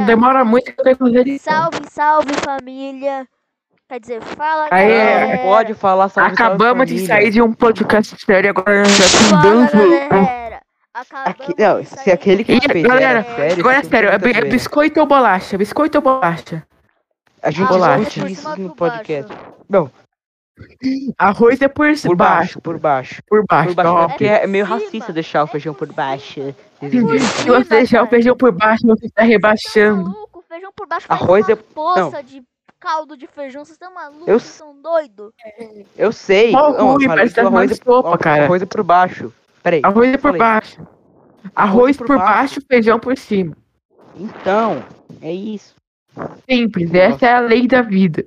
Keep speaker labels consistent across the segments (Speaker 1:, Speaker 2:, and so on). Speaker 1: É. demora muito que eu perco os dedos.
Speaker 2: Salve, salve família. Quer dizer, fala
Speaker 1: Aí é-
Speaker 2: galera.
Speaker 3: Pode falar salve, salve,
Speaker 1: Acabamos de
Speaker 3: família.
Speaker 1: sair de um podcast sério agora.
Speaker 2: Fala,
Speaker 1: Tá fundando.
Speaker 2: galera. Acabamos
Speaker 3: Aque- não,
Speaker 2: de
Speaker 3: se
Speaker 2: sair
Speaker 3: aquele que
Speaker 1: Ih,
Speaker 3: tá perdendo
Speaker 1: galera,
Speaker 3: é sério,
Speaker 1: Agora é
Speaker 3: tá
Speaker 1: sério, é,
Speaker 3: tudo
Speaker 1: bi- é
Speaker 3: bem.
Speaker 1: biscoito ou bolacha? Biscoito ou bolacha?
Speaker 3: A gente
Speaker 1: Arroz é
Speaker 3: discute
Speaker 2: por
Speaker 3: isso
Speaker 2: cima
Speaker 3: no
Speaker 2: por
Speaker 3: podcast.
Speaker 1: Arroz é por, baixo,
Speaker 3: Por baixo, por baixo.
Speaker 1: Por baixo,
Speaker 3: Por baixo,
Speaker 1: ó.
Speaker 3: porque é meio racista deixar o feijão por baixo. Vocês
Speaker 2: É por
Speaker 3: entendem?
Speaker 1: Se
Speaker 2: cima, né,
Speaker 1: você deixar o
Speaker 2: cara.
Speaker 1: feijão por baixo, você está
Speaker 2: Tá
Speaker 1: rebaixando.
Speaker 2: maluco? Feijão por baixo faz
Speaker 3: Arroz
Speaker 2: uma
Speaker 3: é-
Speaker 2: poça de caldo de feijão. Vocês estão malucos?
Speaker 3: Eu-
Speaker 2: Vocês são doidos?
Speaker 3: Eu sei.
Speaker 1: Mó
Speaker 3: Não, eu
Speaker 1: ruim,
Speaker 3: falei
Speaker 1: parece
Speaker 3: que
Speaker 1: que
Speaker 3: o
Speaker 1: tá
Speaker 3: arroz é
Speaker 1: tomando sopa,
Speaker 3: ó,
Speaker 1: cara.
Speaker 3: Arroz é por baixo. Peraí.
Speaker 1: Arroz é por
Speaker 3: Falei.
Speaker 1: baixo. Arroz por baixo, feijão por cima.
Speaker 3: Então, é isso.
Speaker 1: Simples, essa é a lei da vida.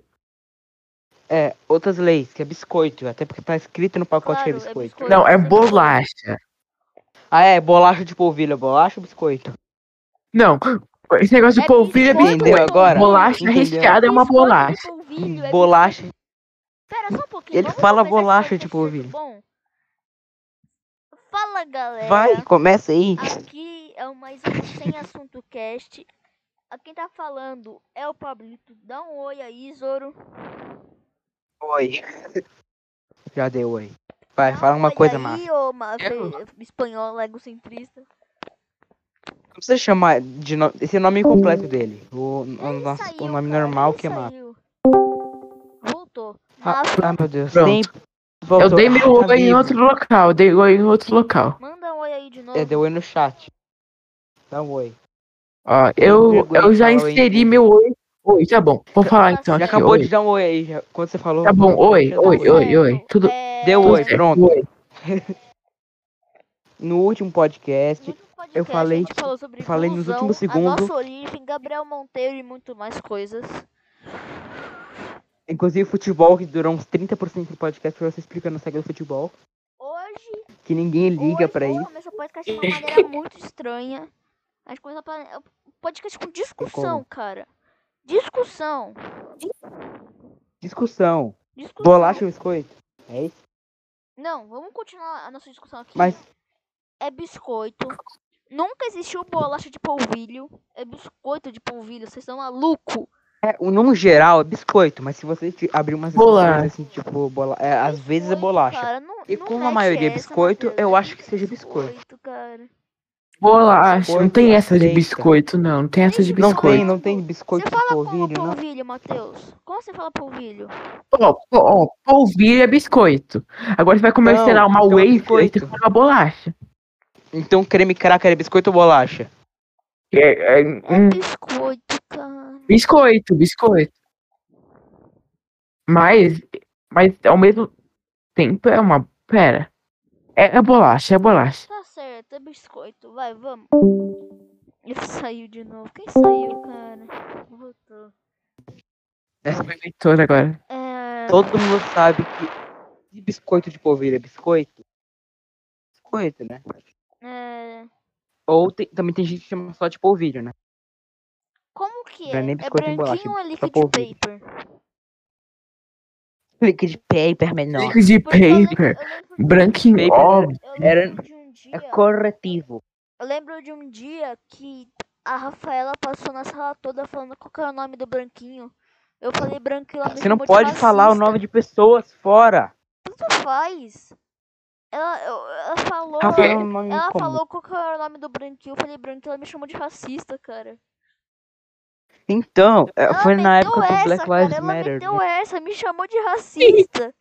Speaker 3: É, outras leis, que é biscoito, até porque tá escrito no pacote que é
Speaker 2: Claro, é
Speaker 3: biscoito.
Speaker 2: biscoito.
Speaker 1: Não, é bolacha.
Speaker 3: Ah, é, bolacha de polvilho, bolacha ou biscoito?
Speaker 1: Não, esse negócio de
Speaker 2: É
Speaker 1: polvilho é
Speaker 2: biscoito,
Speaker 1: biscoito.
Speaker 3: Entendeu agora?
Speaker 1: Bolacha
Speaker 3: Entendeu.
Speaker 1: recheada é uma
Speaker 2: Biscoito um de
Speaker 1: bolacha.
Speaker 2: polvilho, é
Speaker 3: Bolacha.
Speaker 2: Pera só um pouquinho.
Speaker 3: Ele
Speaker 2: vamos
Speaker 3: fala
Speaker 2: começar esse
Speaker 3: bolacha,
Speaker 2: podcast
Speaker 3: tipo,
Speaker 2: sendo
Speaker 3: Vini.
Speaker 2: Bom. Fala, galera.
Speaker 3: Vai, começa aí.
Speaker 2: Aqui é o mais um Sem Assunto Cast. A Quem tá falando é o Pablito. Dá um oi aí, Zoro.
Speaker 3: Oi. Já deu oi.
Speaker 2: Dá
Speaker 3: Vai,
Speaker 2: um
Speaker 3: fala uma
Speaker 2: oi
Speaker 3: coisa,
Speaker 2: aí,
Speaker 3: Marcos.
Speaker 2: ô ma-
Speaker 1: Eu?
Speaker 2: fe- espanhola, egocentrista.
Speaker 3: Não precisa chamar de no... esse nome completo dele. O, o
Speaker 2: Ele
Speaker 3: nosso- o
Speaker 2: saiu,
Speaker 3: nome
Speaker 2: cara,
Speaker 3: normal
Speaker 2: ele
Speaker 3: que é Marcos.
Speaker 2: saiu. Voltou.
Speaker 3: Ah,
Speaker 2: Rafa,
Speaker 3: ah, meu Deus.
Speaker 1: Pronto.
Speaker 3: Sempre
Speaker 1: Eu
Speaker 3: voltou.
Speaker 1: dei meu
Speaker 3: Ah, tá
Speaker 1: oi em
Speaker 3: vivo.
Speaker 1: outro local, dei oi em outro local.
Speaker 2: manda um oi aí de novo.
Speaker 3: É, deu oi no chat. Dá um oi.
Speaker 1: Ó, eu,
Speaker 3: vergonha
Speaker 1: eu já
Speaker 3: de falar oi.
Speaker 1: inseri meu oi. Oi, tá bom. Vou falar então.
Speaker 3: Já
Speaker 1: aqui,
Speaker 3: acabou
Speaker 1: oi.
Speaker 3: de dar um oi aí, já- quando você falou.
Speaker 1: Tá bom, oi,
Speaker 3: Já deu
Speaker 1: oi,
Speaker 3: oi.
Speaker 1: oi, oi. Tudo.
Speaker 2: É,
Speaker 3: Deu oi,
Speaker 1: tudo
Speaker 3: pronto.
Speaker 1: certo, oi.
Speaker 3: No último podcast,
Speaker 2: No podcast,
Speaker 3: Eu falei,
Speaker 2: a gente
Speaker 3: tipo,
Speaker 2: falou sobre
Speaker 3: falei nos
Speaker 2: inclusão,
Speaker 3: últimos
Speaker 2: A
Speaker 3: segundos.
Speaker 2: nossa origem, Gabriel Monteiro e muito mais coisas.
Speaker 3: inclusive futebol, que durou uns 30% do podcast, foi você explicando a saga do futebol.
Speaker 2: Hoje,
Speaker 3: Que ninguém liga
Speaker 2: hoje
Speaker 3: pra
Speaker 2: vamos
Speaker 3: isso.
Speaker 2: começar o podcast de uma maneira muito estranha. A gente começou a plane- o podcast é com discussão, cara. Discussão.
Speaker 3: Discussão.
Speaker 2: Discussão.
Speaker 3: Bolacha ou biscoito? É isso?
Speaker 2: Não, vamos continuar a nossa discussão aqui.
Speaker 3: Mas
Speaker 2: É biscoito. Nunca existiu bolacha de polvilho. É biscoito de polvilho. Vocês são maluco.
Speaker 3: É, o nome geral é biscoito, mas se você te- abrir umas
Speaker 1: Bolacha.
Speaker 3: exceções, assim, tipo, bola... é, às vezes é
Speaker 2: Biscoito,
Speaker 3: bolacha.
Speaker 2: cara, não-
Speaker 3: E
Speaker 2: não
Speaker 3: como a
Speaker 2: mete
Speaker 3: maioria é
Speaker 2: essa,
Speaker 3: biscoito,
Speaker 2: Matheus,
Speaker 3: eu
Speaker 2: é
Speaker 3: acho que seja biscoito.
Speaker 2: cara.
Speaker 1: Bolacha, não tem essa de
Speaker 3: Biscoito,
Speaker 1: biscoito, não. Não tem essa de
Speaker 3: Não tem,
Speaker 1: biscoito.
Speaker 3: não tem biscoito
Speaker 2: você
Speaker 3: de
Speaker 2: fala como
Speaker 3: polvilho, né? não.
Speaker 2: polvilho, Matheus? Como você fala polvilho?
Speaker 1: Ó, ó, ó, polvilho é biscoito. Agora você vai comer,
Speaker 3: Não,
Speaker 1: sei lá, uma
Speaker 3: então é
Speaker 1: wafer e
Speaker 3: biscoito.
Speaker 1: você come uma bolacha.
Speaker 3: Então creme cracker é biscoito ou bolacha?
Speaker 1: É, é,
Speaker 2: É
Speaker 1: hum,
Speaker 2: biscoito, cara.
Speaker 1: biscoito, biscoito. Mas, mas ao mesmo tempo é uma. Pera. É, é bolacha, é bolacha.
Speaker 2: Tá certo, é biscoito. Vai, vamos. Ele saiu de novo. Quem saiu, cara? Voltou.
Speaker 1: Essa foi a leitora É um agora.
Speaker 2: É...
Speaker 3: Todo mundo sabe que se biscoito de polvilho é biscoito. Biscoito, né?
Speaker 2: é...
Speaker 3: Ou tem- também tem gente que chama só de polvilho, né?
Speaker 2: Como que
Speaker 3: Não
Speaker 2: é?
Speaker 3: é nem
Speaker 2: É
Speaker 3: biscoito nem
Speaker 2: branquinho
Speaker 3: bolacha,
Speaker 2: ou é
Speaker 3: é
Speaker 2: líquido
Speaker 3: polvilho.
Speaker 2: paper?
Speaker 3: Liquid paper menor.
Speaker 1: Liquid
Speaker 2: Porque eu lembro-
Speaker 1: paper.
Speaker 2: eu lembro de-
Speaker 1: Branquinho,
Speaker 3: Paper
Speaker 1: óbvio.
Speaker 2: eu
Speaker 3: era-
Speaker 2: lembro de um dia-
Speaker 3: É corretivo.
Speaker 2: Eu lembro de um dia que a Rafaela passou na sala toda falando qual que era o nome do branquinho. Eu falei branquinho, ela me assim,
Speaker 3: Você não
Speaker 2: chamou de
Speaker 3: pode falar o
Speaker 2: racista.
Speaker 3: nome de pessoas fora.
Speaker 2: Tanto faz. Ela, eu- ela falou.
Speaker 3: Tá
Speaker 2: Ela,
Speaker 3: falando o nome
Speaker 2: ela
Speaker 3: comum.
Speaker 2: falou qual que era o nome do branquinho. Eu falei branquinho, ela me chamou de racista, cara.
Speaker 3: Então, é,
Speaker 2: Ela
Speaker 3: foi na
Speaker 2: meteu
Speaker 3: época do
Speaker 2: essa,
Speaker 3: Black
Speaker 2: cara,
Speaker 3: Lives
Speaker 2: ela
Speaker 3: Matter.
Speaker 2: meteu
Speaker 3: né?
Speaker 2: essa, me chamou de racista.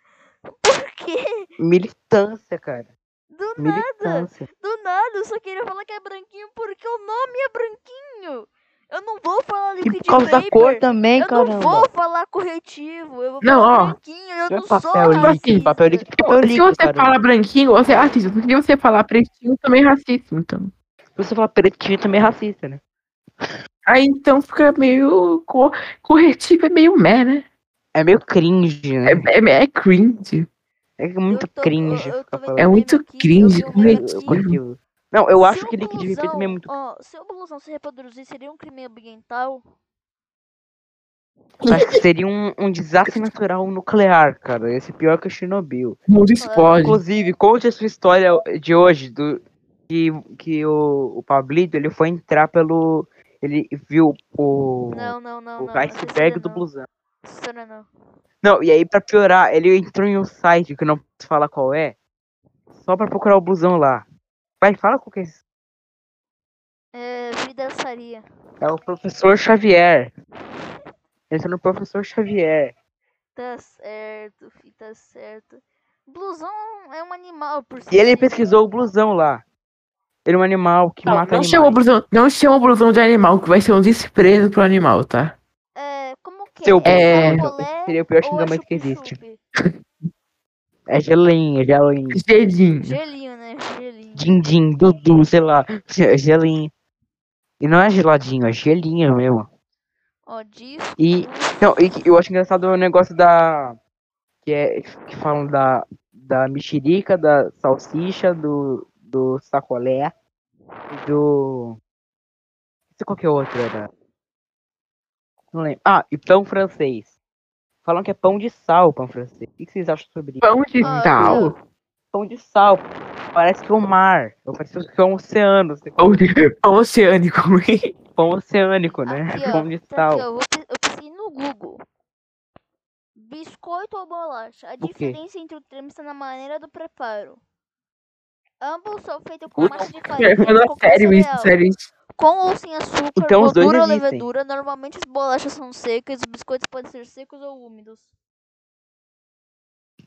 Speaker 2: Por quê?
Speaker 3: Militância, cara.
Speaker 2: Do nada.
Speaker 3: Militância.
Speaker 2: Do nada, eu só queria falar que é branquinho porque o nome é branquinho. Eu não vou falar
Speaker 3: E
Speaker 2: liquid
Speaker 3: por causa
Speaker 2: paper.
Speaker 3: da cor também,
Speaker 2: eu
Speaker 3: caramba.
Speaker 2: não vou falar corretivo. Eu vou
Speaker 1: Não,
Speaker 2: falar
Speaker 1: ó, Então,
Speaker 2: branquinho. Eu
Speaker 3: Não é
Speaker 2: não sou
Speaker 3: papel líquido, é
Speaker 2: racista.
Speaker 3: papel líquido, papel
Speaker 1: Se
Speaker 3: líquido,
Speaker 1: você
Speaker 3: cara.
Speaker 1: fala branquinho, você é racista. Se você falar pretinho, também é racista, então.
Speaker 3: Se você fala pretinho, também é racista, né?
Speaker 1: Aí então fica meio. co- Corretivo é meio meh, né?
Speaker 3: É meio cringe, né?
Speaker 1: É, é, é cringe.
Speaker 3: É muito
Speaker 2: Eu tô- eu-
Speaker 3: cringe
Speaker 2: eu tô
Speaker 3: ficar
Speaker 2: vendo
Speaker 3: falando.
Speaker 1: É muito
Speaker 2: aqui, eu
Speaker 1: cringe,
Speaker 2: vi um
Speaker 1: como é
Speaker 2: meme
Speaker 1: que-
Speaker 2: aqui.
Speaker 1: como é
Speaker 3: corretivo. Não, eu acho
Speaker 2: Se um
Speaker 3: que
Speaker 2: o
Speaker 3: líquido de também é muito.
Speaker 2: ó, se a poluição se reproduzir, seria um crime ambiental?
Speaker 3: Eu acho que seria um, um desastre natural nuclear, cara. Ia ser pior é que o Chernobyl.
Speaker 1: O mundo explode.
Speaker 3: Inclusive, conte a sua história de hoje, do que, que o, o Pablito ele foi entrar pelo. Ele viu o,
Speaker 2: Não, não, não.
Speaker 3: o
Speaker 2: não, essa
Speaker 3: iceberg
Speaker 2: história
Speaker 3: do
Speaker 2: não,
Speaker 3: blusão.
Speaker 2: essa história não.
Speaker 3: Não, e aí pra piorar, ele entrou em um site que eu não posso falar qual é, só pra procurar o blusão lá. Vai, fala qual que é. esse-
Speaker 2: É, vida saria.
Speaker 3: É o professor Xavier. Ele tá no professor Xavier.
Speaker 2: Tá certo, fi, tá certo. Blusão é um animal por si.
Speaker 3: E ele
Speaker 2: só.
Speaker 3: pesquisou o blusão lá. Ele é um animal que
Speaker 1: Não,
Speaker 3: mata
Speaker 1: não
Speaker 3: animais.
Speaker 1: chama o blusão, não chama o blusão de animal, que vai ser um desprezo pro animal, tá?
Speaker 2: É, como que
Speaker 3: Seu
Speaker 1: É.
Speaker 3: blusão. Seria o pior xingamento que existe. É gelinho, gelinho.
Speaker 1: Dedinho.
Speaker 2: Gelinho, né? Gelinho.
Speaker 3: Dindim, Dudu, sei lá. ge- Gelinho. E não é geladinho, é gelinho mesmo.
Speaker 2: Ó, disco.
Speaker 3: E- Não, e que- eu acho engraçado o negócio da. Que é. Que falam da. Da mexerica, da salsicha, do. Do sacolé. e Do. Não sei qual que é o outro, era. Não lembro. Ah, e pão francês. Falam que é pão de sal, pão francês. O que que vocês acham sobre isso?
Speaker 1: Pão de
Speaker 2: Ah,
Speaker 1: sal?
Speaker 3: Pão de sal. Parece que é um mar. Parece que é um oceano. Você
Speaker 1: Pão, de... pão oceânico.
Speaker 3: pão oceânico, né?
Speaker 2: Aqui, ó,
Speaker 3: pão de
Speaker 2: tá
Speaker 3: sal.
Speaker 2: aqui, ó, eu, pe- eu pesquisei no Google. Biscoito ou bolacha? A
Speaker 3: quê?
Speaker 2: diferença entre o termo está na maneira do preparo. Ambos são feitos com
Speaker 3: Puta
Speaker 2: massa de
Speaker 1: É,
Speaker 2: farinha
Speaker 1: mano,
Speaker 2: com
Speaker 1: sério isso,
Speaker 3: é?
Speaker 2: cereal,
Speaker 1: sério isso.
Speaker 2: com ou sem açúcar,
Speaker 3: Então, os dois
Speaker 2: gordura ou
Speaker 3: existem.
Speaker 2: levedura. Normalmente as bolachas são secas, os biscoitos podem ser secos ou úmidos.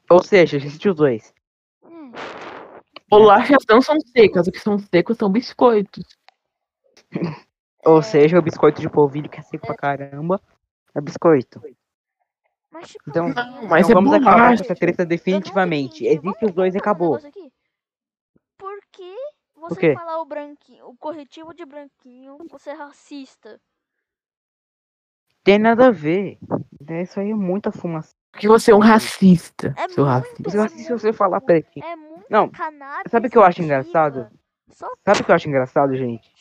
Speaker 3: Ou seja, existe os dois.
Speaker 2: Hum,
Speaker 1: Bolachas não são secas, o que são secos são biscoitos.
Speaker 3: Ou
Speaker 2: é,
Speaker 3: seja, o biscoito de polvilho que é seco pra caramba. É biscoito.
Speaker 2: mas, tipo,
Speaker 3: Então-
Speaker 2: assim,
Speaker 1: Não,
Speaker 2: eu
Speaker 1: mas
Speaker 3: então
Speaker 1: é
Speaker 3: vamos acabar com
Speaker 1: bolacha.
Speaker 2: gente,
Speaker 3: essa treta
Speaker 2: eu não
Speaker 3: definitivamente.
Speaker 2: entendi.
Speaker 3: Existe
Speaker 2: Vamos
Speaker 3: os dois e
Speaker 2: colocar um
Speaker 3: acabou.
Speaker 2: negócio aqui? Por que você
Speaker 3: quê?
Speaker 2: falar o branquinho, o corretivo de branquinho, você é racista?
Speaker 3: Tem nada a ver. É, Isso aí é muita fumaça.
Speaker 1: Porque você é um racista.
Speaker 2: É
Speaker 1: seu
Speaker 2: muito
Speaker 3: Mas eu
Speaker 1: racista.
Speaker 3: acho que se você falar preto.
Speaker 2: É muito
Speaker 3: Não,
Speaker 2: cannabis.
Speaker 3: sabe o que eu acho
Speaker 2: sativa.
Speaker 3: engraçado?
Speaker 2: Só
Speaker 3: Sabe o que eu acho engraçado, gente?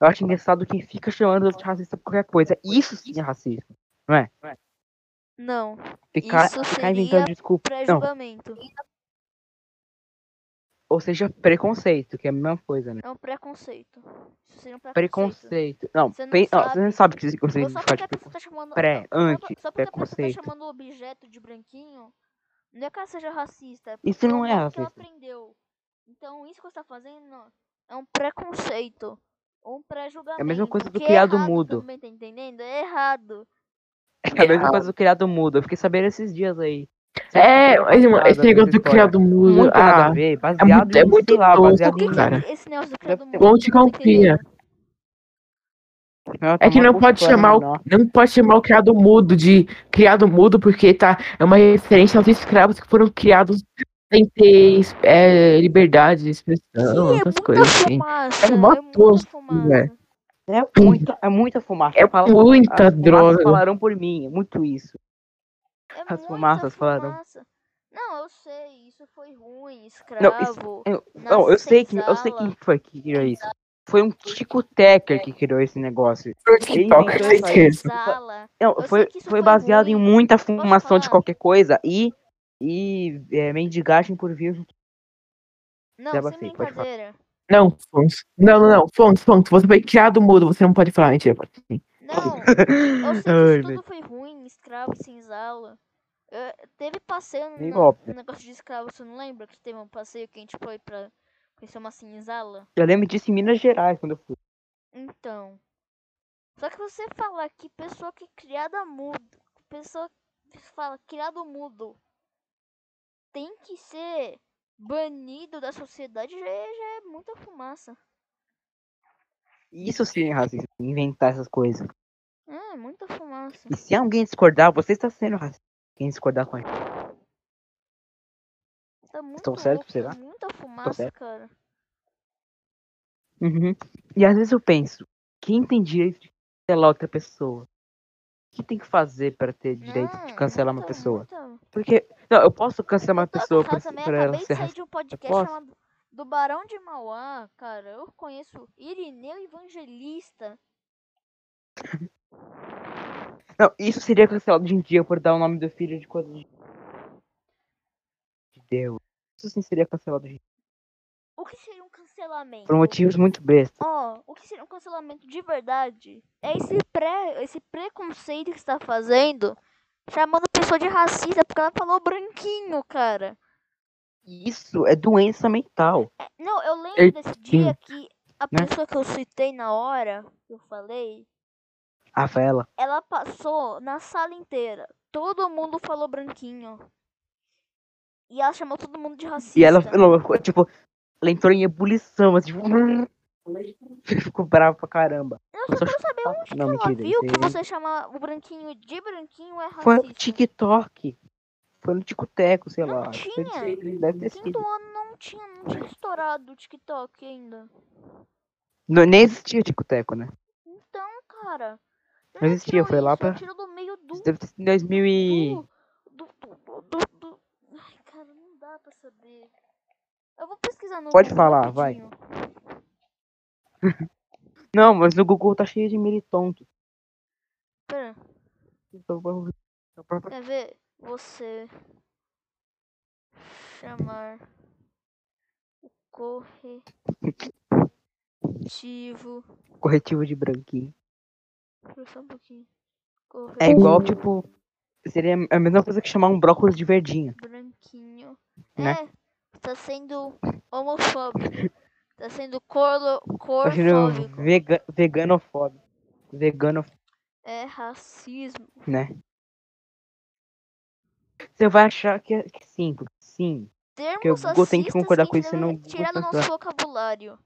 Speaker 3: Eu acho engraçado quem fica chamando os outros de racista por qualquer coisa. Isso sim é racismo.
Speaker 2: não,
Speaker 3: Ficar,
Speaker 2: Isso
Speaker 3: ficar
Speaker 2: seria
Speaker 3: inventando desculpa. Não,
Speaker 2: pré-julgamento.
Speaker 3: ou seja, preconceito, que é a mesma coisa, né?
Speaker 2: É um preconceito. Isso seria um preconceito.
Speaker 3: Preconceito. Não,
Speaker 2: Você não
Speaker 3: pen- não,
Speaker 2: sabe.
Speaker 3: você não sabe o que o
Speaker 2: Ou só
Speaker 3: significado
Speaker 2: porque a
Speaker 3: de
Speaker 2: pessoa
Speaker 3: preconceito.
Speaker 2: tá chamando
Speaker 3: Pré,
Speaker 2: só- só
Speaker 3: anti,
Speaker 2: por- só porque a pessoa tá
Speaker 3: preconceito.
Speaker 2: chamando o objeto de branquinho, não é que ela seja racista. é
Speaker 3: Isso
Speaker 2: porque
Speaker 3: não
Speaker 2: o
Speaker 3: é
Speaker 2: nome que ela
Speaker 3: racista.
Speaker 2: aprendeu. Então isso que você tá fazendo é um preconceito. Ou um pré-julgamento.
Speaker 3: coisa do
Speaker 2: que é
Speaker 3: criado
Speaker 2: errado
Speaker 3: mudo.
Speaker 2: Também, tá entendendo? É errado.
Speaker 3: É a mesma coisa do criado mudo. Eu fiquei sabendo esses dias aí.
Speaker 1: É, mas, mano, esse
Speaker 3: Nada a ver
Speaker 1: negócio
Speaker 3: com
Speaker 1: do
Speaker 3: história.
Speaker 1: criado mudo.
Speaker 3: Muito nada a
Speaker 1: Ah,
Speaker 3: ver. Baseado
Speaker 1: muito- é
Speaker 3: em,
Speaker 1: muito
Speaker 3: sei lá,
Speaker 1: tosco,
Speaker 2: O
Speaker 3: baseado
Speaker 2: que,
Speaker 3: em...
Speaker 2: que
Speaker 1: cara.
Speaker 2: é esse negócio do criado mundo?
Speaker 1: bom te
Speaker 2: Eu
Speaker 3: um
Speaker 2: não tô
Speaker 1: confia.
Speaker 2: entendendo.
Speaker 1: É que não pode chamar o, não pode chamar o criado mudo de criado mudo, porque tá, é uma referência aos escravos que foram criados sem ter es- é, liberdade de expressão,
Speaker 2: Ih, é
Speaker 1: essas
Speaker 2: muita
Speaker 1: coisas assim.
Speaker 2: fumaça.
Speaker 1: É mó
Speaker 2: muita
Speaker 1: tosco,
Speaker 2: fumaça.
Speaker 1: velho.
Speaker 3: É muita, é muita fumaça.
Speaker 1: É
Speaker 3: Fala- as
Speaker 1: muita
Speaker 3: fumaças
Speaker 1: droga.
Speaker 3: falaram por mim. É muito isso.
Speaker 2: É
Speaker 3: As
Speaker 2: muita
Speaker 3: fumaças falaram.
Speaker 2: fumaça. Não, eu sei, isso foi ruim,
Speaker 3: Não,
Speaker 2: escravo.
Speaker 3: isso- Eu, não, eu
Speaker 2: Nossa,
Speaker 3: sei que eu sei
Speaker 2: sala.
Speaker 3: quem foi que criou isso. Foi um Tico Tecker que criou esse negócio.
Speaker 1: TikTok,
Speaker 3: inventou isso aí.
Speaker 1: certeza.
Speaker 2: Sala.
Speaker 3: Não,
Speaker 2: Eu sei
Speaker 3: foi,
Speaker 2: que isso
Speaker 3: foi
Speaker 2: foi
Speaker 3: baseado em
Speaker 2: ruim.
Speaker 3: muita fumação de
Speaker 2: falar?
Speaker 3: qualquer coisa e, e é, mendigagem por vírus
Speaker 2: Não,
Speaker 3: Deba
Speaker 2: sem
Speaker 3: Fake, pode falar.
Speaker 2: brincadeira.
Speaker 1: Não, Fonso. Não, não, não. Fonso, Fonso, você foi criado mudo, você não pode falar mentira. pode sim.
Speaker 2: Não, eu sei que
Speaker 3: Ai,
Speaker 2: isso tudo foi ruim, escravo, senzala. Eu- teve passeio
Speaker 3: Nem
Speaker 2: no,
Speaker 3: golpe.
Speaker 2: no negócio de escravo, você não lembra que teve um passeio que a gente foi pra conhecer uma senzala?
Speaker 3: Eu lembro disso em Minas Gerais, quando eu fui.
Speaker 2: Então. Só que você falar que pessoa que é criada mudo, pessoa que fala criado mudo, tem que ser banido da sociedade já é, já é muita fumaça.
Speaker 3: Isso sim é racismo, inventar essas coisas.
Speaker 2: É, muita fumaça.
Speaker 3: E se alguém discordar, você está sendo racista. Quem discordar com a gente.
Speaker 2: Tá muito
Speaker 3: Estou certo,
Speaker 2: louco,
Speaker 3: será?
Speaker 2: tá muita fumaça,
Speaker 3: certo?
Speaker 2: cara.
Speaker 3: Uhum. E às vezes eu penso, quem tem direito de cancelar outra pessoa? O que tem que fazer para ter direito de
Speaker 2: Não,
Speaker 3: cancelar uma
Speaker 2: muita,
Speaker 3: pessoa?
Speaker 2: muita-
Speaker 3: Porque, não, eu posso cancelar uma
Speaker 2: Hum, então. Eu tô
Speaker 3: pessoa
Speaker 2: atrasada
Speaker 3: para
Speaker 2: também,
Speaker 3: ela
Speaker 2: acabei de
Speaker 3: ser
Speaker 2: sair
Speaker 3: racista.
Speaker 2: de um podcast
Speaker 3: posso?
Speaker 2: chamado Do Barão de Mauá, cara. Eu conheço Irineu Evangelista.
Speaker 3: Não, isso seria cancelado hoje em dia por dar o nome do filho de coisa de de Deus. Isso sim seria cancelado hoje em dia.
Speaker 2: O que seria um cancelamento.
Speaker 3: Por motivos muito bestas.
Speaker 2: Ó, o que seria um cancelamento de verdade é esse, pré, esse preconceito que está fazendo, chamando a pessoa de racista porque ela falou branquinho, cara.
Speaker 3: Isso é doença mental.
Speaker 2: É, Não, eu lembro
Speaker 1: Ele-
Speaker 2: desse
Speaker 3: sim,
Speaker 2: dia que a
Speaker 3: né?
Speaker 2: pessoa que eu citei na hora, que eu falei,
Speaker 3: A vela.
Speaker 2: ela passou na sala inteira. Todo mundo falou branquinho. E ela chamou todo mundo de racista.
Speaker 3: E ela falou, tipo, ela entrou em ebulição, assim, tipo, ficou brava pra caramba.
Speaker 2: Eu só
Speaker 3: Começou a
Speaker 2: quero saber
Speaker 3: chutar.
Speaker 2: onde
Speaker 3: Não,
Speaker 2: que Tipo, ela
Speaker 3: mentira,
Speaker 2: viu
Speaker 3: isso
Speaker 2: que
Speaker 3: aí-
Speaker 2: você chama o branquinho de branquinho é
Speaker 3: Foi um no
Speaker 2: racista.
Speaker 3: TikTok. Foi no Ticoteco, sei
Speaker 2: Não
Speaker 3: lá. acho que
Speaker 2: tinha.
Speaker 3: Deve ter
Speaker 2: Quinto
Speaker 3: sido.
Speaker 2: ano não tinha, não tinha estourado o TikTok ainda.
Speaker 3: Não, nem existia Ticoteco, né?
Speaker 2: Então, cara.
Speaker 3: Não existia, foi lá pra-
Speaker 2: Tirou do meio do.
Speaker 3: Isso deve ter sido em 2000 e...
Speaker 2: do, do, do, do, do- Ai, cara, não dá pra saber. Eu vou pesquisar no
Speaker 3: Pode
Speaker 2: Google
Speaker 3: falar, vai.
Speaker 2: rapidinho.
Speaker 3: Não, mas o Google tá cheio de militonto.
Speaker 2: Pera,
Speaker 3: Então, é
Speaker 2: quer ver? Você chamar o corretivo.
Speaker 3: Corretivo de branquinho.
Speaker 2: Espera Só um pouquinho.
Speaker 3: É
Speaker 2: Corretivo
Speaker 3: igual, tipo... Seria a mesma coisa que chamar um brócolis de verdinha.
Speaker 2: branquinho.
Speaker 3: Né?
Speaker 2: É, tá sendo homofóbico. Tá sendo colo,
Speaker 3: Tá sendo
Speaker 2: corfóbico.
Speaker 3: vega, veganofóbico. Vegano,
Speaker 2: É racismo.
Speaker 3: né? Você vai achar que é que sim, porque sim.
Speaker 2: Termos
Speaker 3: o Google tem que
Speaker 2: racistas
Speaker 3: concordar com
Speaker 2: que
Speaker 3: isso, senão o
Speaker 2: devem
Speaker 3: Google
Speaker 2: tirar do
Speaker 3: vai
Speaker 2: nosso vocabulário.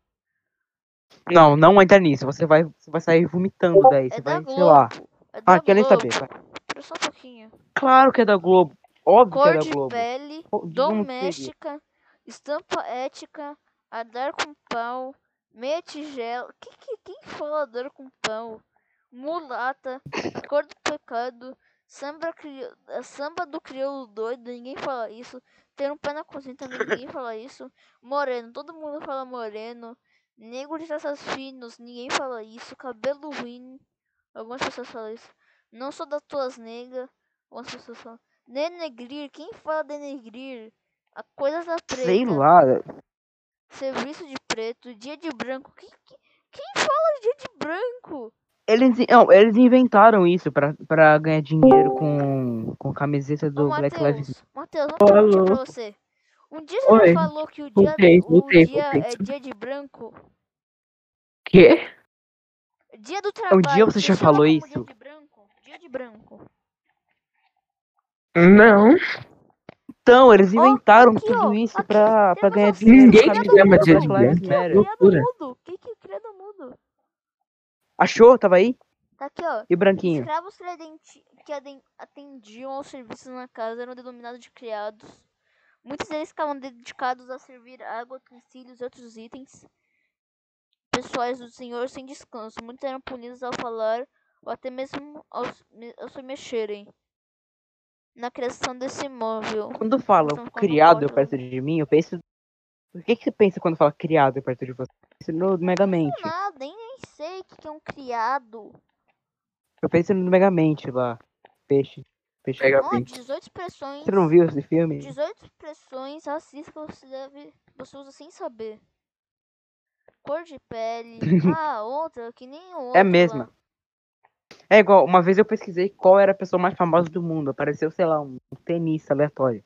Speaker 3: Não, não entra nisso. Você vai, você vai sair vomitando daí. Você
Speaker 2: É da
Speaker 3: vai,
Speaker 2: Globo.
Speaker 3: sei lá.
Speaker 2: É da
Speaker 3: Ah, quer nem
Speaker 2: Globo.
Speaker 3: saber. vai.
Speaker 2: Espera só um pouquinho.
Speaker 3: Claro que é da Globo. Óbvio que
Speaker 2: Cor
Speaker 3: é da
Speaker 2: de
Speaker 3: Globo.
Speaker 2: pele,
Speaker 3: Pô, não teve.
Speaker 2: doméstica, estampa ética, a dar com pau, meia tigela. Que, que, quem fala a dar com pau? Mulata, cor do pecado, samba, crio, eh, samba do crioulo doido, ninguém fala isso. Ter um pé na cozinha também, ninguém fala isso. Moreno, todo mundo fala moreno. Negro de traços finos, ninguém fala isso. Cabelo ruim, algumas pessoas falam isso. Não sou das tuas negas, algumas pessoas falam. Denegrir, quem fala denegrir? A coisa da preta.
Speaker 3: Sei lá.
Speaker 2: Serviço de preto, dia de branco. Quem, que- quem fala dia de branco?
Speaker 3: Eles, não, eles inventaram isso pra, pra ganhar dinheiro com, com camiseta
Speaker 2: Ô,
Speaker 3: do Black Lives
Speaker 2: Matheus, Matheus, uma
Speaker 1: Ô,
Speaker 2: pergunta pra
Speaker 1: alô.
Speaker 2: você. Um dia você
Speaker 1: Oi.
Speaker 2: falou que o dia,
Speaker 1: Voltei,
Speaker 2: o
Speaker 1: voltei,
Speaker 2: dia
Speaker 1: voltei.
Speaker 2: é dia de branco?
Speaker 1: Quê?
Speaker 2: Dia do trabalho.
Speaker 3: Um você
Speaker 2: se
Speaker 3: já
Speaker 2: chama como
Speaker 3: falou isso?
Speaker 2: Dia de branco? Dia de branco.
Speaker 1: Não.
Speaker 3: Então, eles
Speaker 2: Ó,
Speaker 3: inventaram
Speaker 2: aqui,
Speaker 3: tudo
Speaker 2: ó,
Speaker 3: isso
Speaker 2: aqui,
Speaker 3: pra, pra
Speaker 2: temos
Speaker 3: ganhar
Speaker 2: as
Speaker 3: dinheiro.
Speaker 1: Ninguém
Speaker 3: com
Speaker 1: te
Speaker 3: camiseta
Speaker 1: ama
Speaker 3: do
Speaker 1: dia de
Speaker 3: Black Lives
Speaker 1: branco.
Speaker 3: Matter.
Speaker 2: Criado
Speaker 1: Loucura.
Speaker 2: mudo. O que que é criado mudo?
Speaker 3: Achou? Tava aí?
Speaker 2: Tá aqui, ó.
Speaker 3: E branquinho?
Speaker 2: Escravos que, adenti- que aden- atendiam aos serviços na casa eram denominados de criados. Muitos deles ficavam dedicados a servir água, utensílios e outros itens pessoais do senhor sem descanso. Muitos eram punidos ao falar ou até mesmo ao, se- me- ao se mexerem. Na criação desse imóvel.
Speaker 3: Quando fala
Speaker 2: Então, quando
Speaker 3: criado
Speaker 2: corta-
Speaker 3: perto de mim, eu penso. O que, que você pensa quando fala criado perto de você? Eu penso no Megamente.
Speaker 2: Nada, nem, nem sei o que que é um criado.
Speaker 3: Eu penso no Megamente lá. ah, Peixe. Peixe.
Speaker 1: Mega-
Speaker 2: Ó,
Speaker 1: Megamente.
Speaker 2: 18 expressões.
Speaker 3: Você não viu esse filme?
Speaker 2: 18 expressões racistas que você deve. Você usa sem saber. Cor de pele. ah, outra, que nem o outro.
Speaker 3: É a mesma.
Speaker 2: lá.
Speaker 3: É igual, uma vez eu pesquisei qual era a pessoa mais famosa do mundo. Apareceu, sei lá, um tenista aleatório.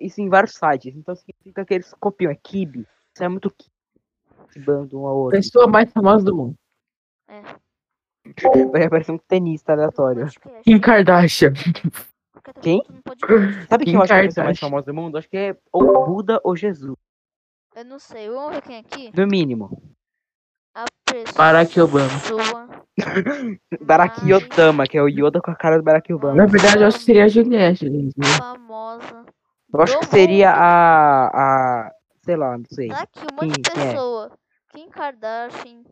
Speaker 3: Isso em vários sites. Então significa que eles copiam. É kibe. Isso é muito kibe. Bando um ao outro.
Speaker 1: Pessoa mais famosa do mundo.
Speaker 3: Vai aparecer um tenista aleatório.
Speaker 2: Podcast. né?
Speaker 1: Kim Kardashian.
Speaker 2: Porque tá
Speaker 3: Quem?
Speaker 2: todo mundo podcast.
Speaker 3: Sabe quem
Speaker 1: Kim
Speaker 3: eu acho que é a pessoa mais
Speaker 1: Kardashian.
Speaker 3: famosa do mundo? Acho que é ou Buda ou Jesus.
Speaker 2: Eu não sei. Vamos ver quem é aqui?
Speaker 3: No mínimo.
Speaker 2: A pessoa.
Speaker 1: Barack Obama.
Speaker 3: Barack
Speaker 2: Mais
Speaker 3: Yotama, que é o Yoda com a cara do Barack Obama.
Speaker 1: Na verdade, eu acho que seria a Juliette, gente. né?
Speaker 2: Famosa.
Speaker 3: Eu acho
Speaker 2: do
Speaker 3: que seria
Speaker 2: mundo.
Speaker 3: a. a. sei lá, não sei.
Speaker 2: Tá aqui um monte de
Speaker 3: Quem- quem é?
Speaker 2: pessoa. Kim Kardashian.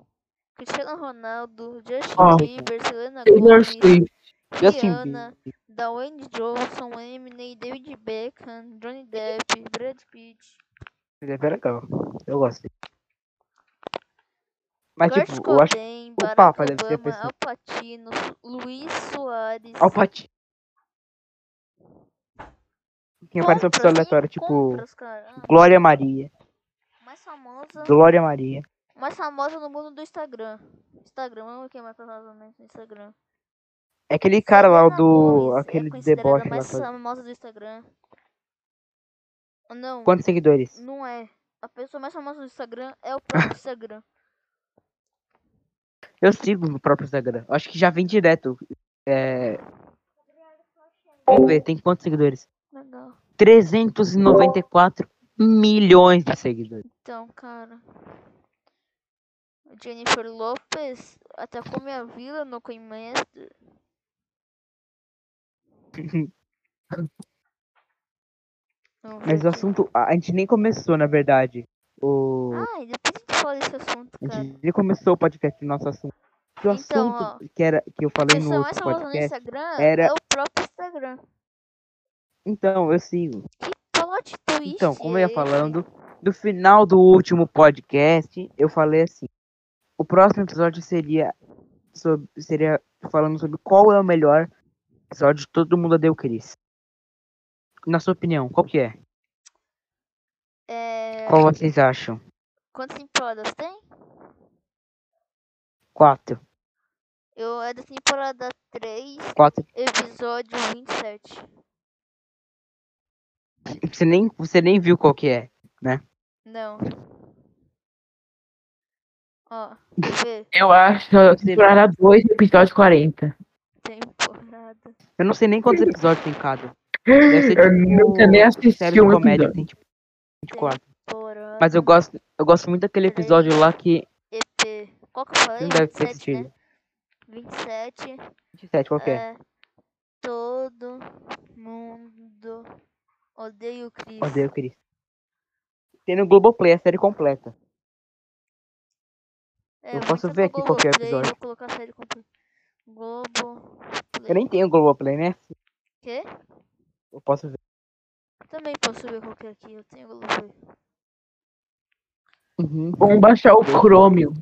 Speaker 2: Cristiano Ronaldo, Justin
Speaker 1: Ó.
Speaker 2: Bieber, Selena
Speaker 1: Taylor
Speaker 2: Gomez,
Speaker 1: Swift.
Speaker 3: Justin
Speaker 2: Rihanna, Dwayne Johnson, Eminem, David Beckham, Johnny Depp, Brad Pitt,
Speaker 3: Ele é bem legal. Eu gosto. Mas
Speaker 2: Kurt
Speaker 3: tipo, eu acho que
Speaker 2: Cobain,
Speaker 3: o
Speaker 2: Barack
Speaker 3: Papa
Speaker 2: Obama,
Speaker 3: deve ser a pessoa.
Speaker 2: Al Pacino, Luiz Soares.
Speaker 3: Alpati. Quem aparece é uma pessoa
Speaker 2: Compras,
Speaker 3: aleatória,
Speaker 2: quem
Speaker 3: tipo
Speaker 2: compras, cara? Ah,
Speaker 3: Glória Maria.
Speaker 2: mais famosa. famosa.
Speaker 3: Glória Maria.
Speaker 2: Mais famosa no mundo do Instagram. Instagram, eu amo quem é mais famosa no Instagram.
Speaker 3: É aquele cara lá, o
Speaker 2: Selena
Speaker 3: do.
Speaker 2: Gomez
Speaker 3: aquele
Speaker 2: é
Speaker 3: do
Speaker 2: considerada
Speaker 3: deboche lá.
Speaker 2: mais
Speaker 3: faz-
Speaker 2: famosa do Instagram. Não,
Speaker 3: Quantos seguidores?
Speaker 2: não é. A pessoa mais famosa do Instagram é o próprio Instagram.
Speaker 3: Eu sigo no próprio Instagram. Eu Acho que já vem direto. É. Vamos ver, tem quantos seguidores?
Speaker 2: Legal.
Speaker 3: 394 milhões de seguidores.
Speaker 2: Então, cara. Jennifer Lopez atacou minha vila no Coinmaster. Não,
Speaker 3: Mas o
Speaker 2: gente.
Speaker 3: assunto. A a gente nem começou, na verdade. O.
Speaker 2: Ai, depois a gente fala desse assunto,
Speaker 3: A
Speaker 2: cara.
Speaker 3: gente nem começou o podcast do nosso assunto. Que o
Speaker 2: Então,
Speaker 3: assunto que, era, que eu falei no
Speaker 2: pessoa mais
Speaker 3: outro
Speaker 2: famosa no
Speaker 3: podcast.
Speaker 2: Instagram
Speaker 3: era-
Speaker 2: é o próprio Instagram.
Speaker 3: Então, eu sigo.
Speaker 2: Plot twist.
Speaker 3: Então, como eu
Speaker 2: é
Speaker 3: ia
Speaker 2: esse?
Speaker 3: falando, no final do último podcast, eu falei assim: o próximo episódio seria sobre, seria falando sobre qual é o melhor episódio de todo mundo deu Cris. Na sua opinião, qual que é?
Speaker 2: É...
Speaker 3: Qual vocês acham?
Speaker 2: Quantas temporadas tem?
Speaker 3: Quatro.
Speaker 2: Eu é da temporada 3,
Speaker 3: Quatro.
Speaker 2: episódio 27.
Speaker 3: Você nem, você nem viu qual que é.
Speaker 2: Não. Ó, quer ver?
Speaker 1: Eu acho a temporada 2, episódio 40.
Speaker 2: Temporada.
Speaker 3: Eu não sei nem quantos episódios tem cada. Deve ser
Speaker 1: Eu
Speaker 3: tipo
Speaker 1: nunca nem assisti
Speaker 3: série de
Speaker 1: um
Speaker 3: comédia,
Speaker 1: episódio.
Speaker 3: tem tipo 24.
Speaker 2: Temporada.
Speaker 3: Mas eu gosto, eu gosto muito daquele episódio lá que
Speaker 2: EP. Qual que eu falei?
Speaker 3: não deve
Speaker 2: 27,
Speaker 3: ter
Speaker 2: né?
Speaker 3: assistido.
Speaker 2: 27.
Speaker 3: 27, qual que é?
Speaker 2: É, todo mundo odeia o Chris.
Speaker 3: Odeio Cris. Tem no Globoplay a série completa.
Speaker 2: É,
Speaker 3: Eu
Speaker 2: vou
Speaker 3: posso
Speaker 2: entrar no
Speaker 3: ver aqui qualquer
Speaker 2: Globoplay,
Speaker 3: episódio.
Speaker 2: Vou colocar a série completa. Globo.
Speaker 3: Eu nem tenho Globoplay, né?
Speaker 2: Quê?
Speaker 3: Eu posso ver.
Speaker 2: Também posso ver qualquer aqui, eu tenho Globoplay.
Speaker 3: Uhum.
Speaker 1: Vamos baixar o Chromium.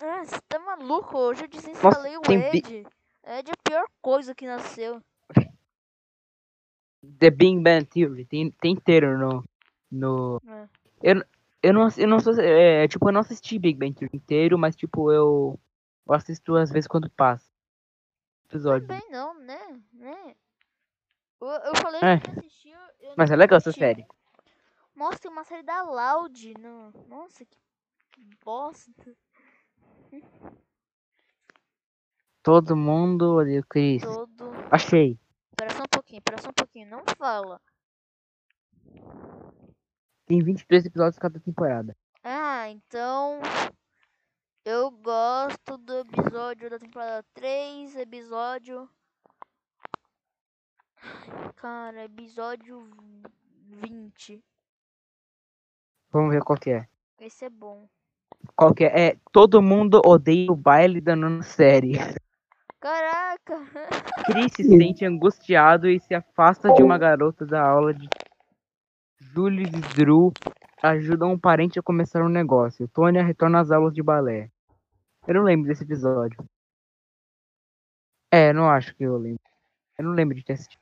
Speaker 2: Ah, você tá maluco? Hoje eu desinstalei o
Speaker 3: tem vi-
Speaker 2: Ed. Ed é a pior coisa que nasceu.
Speaker 3: The Big Bang Theory tem, tem inteiro no. no...
Speaker 2: É.
Speaker 3: Eu, eu não, eu não sou. É, tipo, eu não assisti Big Bang Theory inteiro, mas tipo, eu, eu assisto às vezes quando passa. Episódio.
Speaker 2: Também não, né? Né? Eu, eu falei
Speaker 3: É.
Speaker 2: que assistiu. Eu
Speaker 3: Mas é
Speaker 2: nunca
Speaker 3: legal essa
Speaker 2: assisti.
Speaker 3: série.
Speaker 2: Nossa, tem uma série da Loud. Não. Nossa, que bosta.
Speaker 3: Todo mundo odeia o Chris.
Speaker 2: Todo.
Speaker 3: Achei.
Speaker 2: Espera só um pouquinho, espera só um pouquinho. Não fala.
Speaker 3: Tem 23 episódios cada temporada.
Speaker 2: Ah, então. Eu gosto do episódio da temporada 3, episódio. Ai, Cara, episódio 20.
Speaker 3: Vamos ver qual que é.
Speaker 2: Esse é bom.
Speaker 3: Qual que é? É Todo mundo odeia o baile da nona série.
Speaker 2: Caraca!
Speaker 3: é Chris se sente angustiado e se afasta de uma garota da aula de Julius e Drew ajuda um parente a começar um negócio. Tônia retorna às aulas de balé. Eu não lembro desse episódio. É, não acho que eu lembro. Eu não lembro de ter assistido.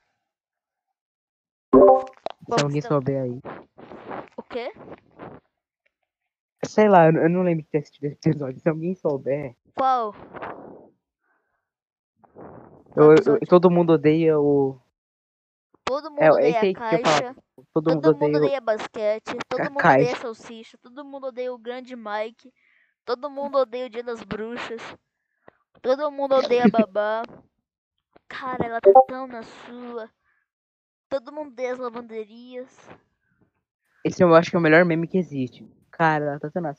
Speaker 3: Se
Speaker 2: Bom,
Speaker 3: alguém
Speaker 2: então-
Speaker 3: souber aí.
Speaker 2: O quê?
Speaker 3: Sei lá, eu eu não lembro de ter assistido esse episódio. Se alguém souber.
Speaker 2: Qual?
Speaker 3: Eu- eu-
Speaker 2: episódio?
Speaker 3: todo mundo odeia o.
Speaker 2: Todo mundo
Speaker 3: É,
Speaker 2: odeia
Speaker 3: esse aí
Speaker 2: a
Speaker 3: que eu ia
Speaker 2: caixa,
Speaker 3: falar. Todo mundo
Speaker 2: todo mundo
Speaker 3: odeia o.
Speaker 2: odeia basquete, todo mundo odeia
Speaker 3: caixa.
Speaker 2: salsicha, todo mundo odeia o grande Mike, todo mundo odeia o dia das bruxas, todo mundo odeia a babá. Cara, ela tá tão na sua. Todo mundo odeia as lavanderias.
Speaker 3: Esse eu acho que é o melhor meme que existe. Cara, ela tá tão na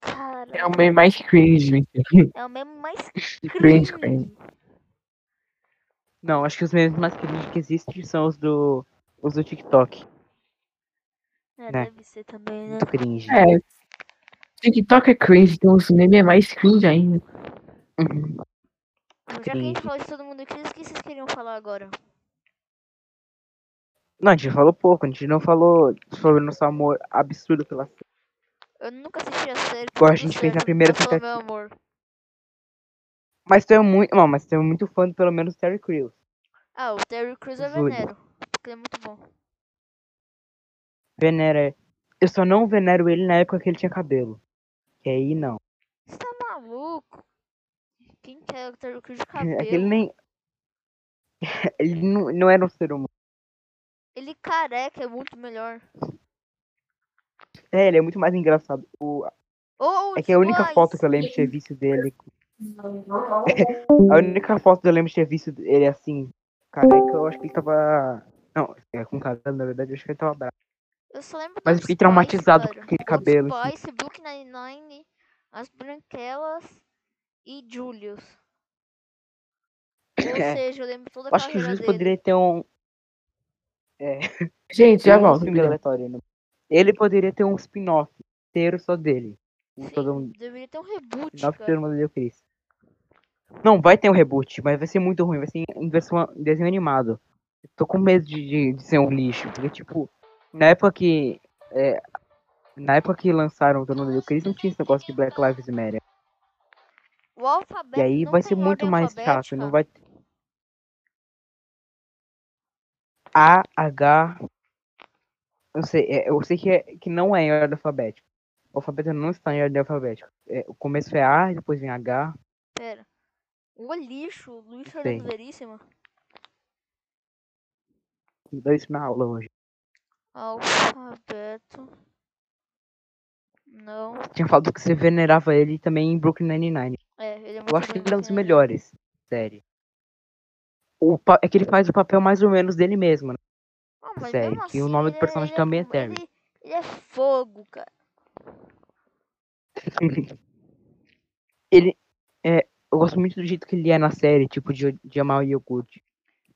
Speaker 2: Cara,
Speaker 1: É o meio mais cringe, mentira.
Speaker 2: é o mesmo mais
Speaker 1: Cringe,
Speaker 2: cringe.
Speaker 1: cringe.
Speaker 3: Não, acho que os memes mais cringe que existem são os do. Os do TikTok.
Speaker 2: É,
Speaker 3: Né?
Speaker 2: deve ser também, né?
Speaker 3: Muito cringe.
Speaker 1: É. TikTok é cringe, então os memes é mais cringe ainda.
Speaker 3: Uhum.
Speaker 2: Já que a gente
Speaker 3: cringe.
Speaker 2: falou de todo mundo cringe, o que vocês queriam falar agora?
Speaker 3: Não, a gente falou pouco, a gente não falou sobre o nosso amor absurdo pela.
Speaker 2: Eu nunca assisti a série. tá
Speaker 3: Igual a
Speaker 2: tudo
Speaker 3: gente fez na
Speaker 2: certo,
Speaker 3: primeira
Speaker 2: mas pelo meu amor.
Speaker 3: Mas tu é muito. Não, mas tu é muito fã, do, pelo menos, do Terry Crews.
Speaker 2: Ah, o Terry Crews eu
Speaker 3: Júlio.
Speaker 2: venero. Porque ele é muito bom.
Speaker 3: Venera. Eu só não venero ele na época que ele tinha cabelo. Que aí não.
Speaker 2: Você tá maluco? Quem é quer ter lucro
Speaker 3: É
Speaker 2: de cabelo?
Speaker 3: Aquele nem. ele não, não era um ser humano.
Speaker 2: Ele careca é muito melhor.
Speaker 3: É, ele é muito mais engraçado. O-
Speaker 2: Ou
Speaker 3: é que a única
Speaker 2: demais.
Speaker 3: foto que eu lembro de ter visto dele. a única foto que eu lembro de ter visto ele assim, careca, eu acho que ele tava. Não, é com cabelo, na verdade, eu acho que ele tava bravo.
Speaker 2: Eu só lembro do
Speaker 3: Mas eu fiquei
Speaker 2: Spice,
Speaker 3: traumatizado
Speaker 2: cara.
Speaker 3: com aquele cabelo. assim.
Speaker 2: Old Spice, Book 99, As Branquelas e Julius. Ou
Speaker 3: É.
Speaker 2: seja, eu lembro toda a
Speaker 3: Eu acho que o
Speaker 2: carreira
Speaker 3: Júlio
Speaker 2: dele.
Speaker 3: poderia ter um.
Speaker 1: Gente, já
Speaker 3: um
Speaker 1: volto.
Speaker 3: filme aleatório, né? Ele poderia ter um spin-off inteiro só dele. Um
Speaker 2: Sim,
Speaker 3: todo um
Speaker 2: deveria ter um reboot,
Speaker 3: spin-off
Speaker 2: cara.
Speaker 3: todo mundo deu Chris. é Não, vai ter um reboot, mas vai ser muito ruim, vai ser em versão, em desenho animado. Eu tô com medo de, de, de ser um lixo, porque tipo, na época que. é, na época que lançaram Todo Mundo Deu Chris, não tinha esse negócio de Black Lives Matter.
Speaker 2: O alfabeto
Speaker 3: um E aí
Speaker 2: não
Speaker 3: vai
Speaker 2: tem
Speaker 3: ser muito
Speaker 2: ordem
Speaker 3: mais chato, não
Speaker 2: é alfabética.
Speaker 3: vai ter. A, H. Eu sei, é, eu sei que, é, que não é em ordem alfabética. O alfabeto não está em ordem alfabética. É, o começo é A, depois vem H.
Speaker 2: Pera. O lixo, é o Luiz
Speaker 3: Sei.
Speaker 2: Fernando Veríssimo.
Speaker 3: Me deu isso na aula hoje.
Speaker 2: Alfabeto. Não.
Speaker 3: Tinha falado que você venerava ele também em Brooklyn Nine-Nine.
Speaker 2: É, ele é muito
Speaker 3: Eu acho que
Speaker 2: bom
Speaker 3: ele é um dos
Speaker 2: desenhando.
Speaker 3: melhores. Sério. O, pa- é que ele faz o papel mais ou menos dele mesmo. né?
Speaker 2: Ah, mas
Speaker 3: série,
Speaker 2: mesmo
Speaker 3: que o
Speaker 2: assim,
Speaker 3: nome do
Speaker 2: ele é-
Speaker 3: personagem
Speaker 2: ele
Speaker 3: também é
Speaker 2: com-
Speaker 3: Terry.
Speaker 2: Ele, ele é fogo, cara.
Speaker 3: ele. É, eu gosto muito do jeito que ele é na série, tipo, de, de amar o iogurte.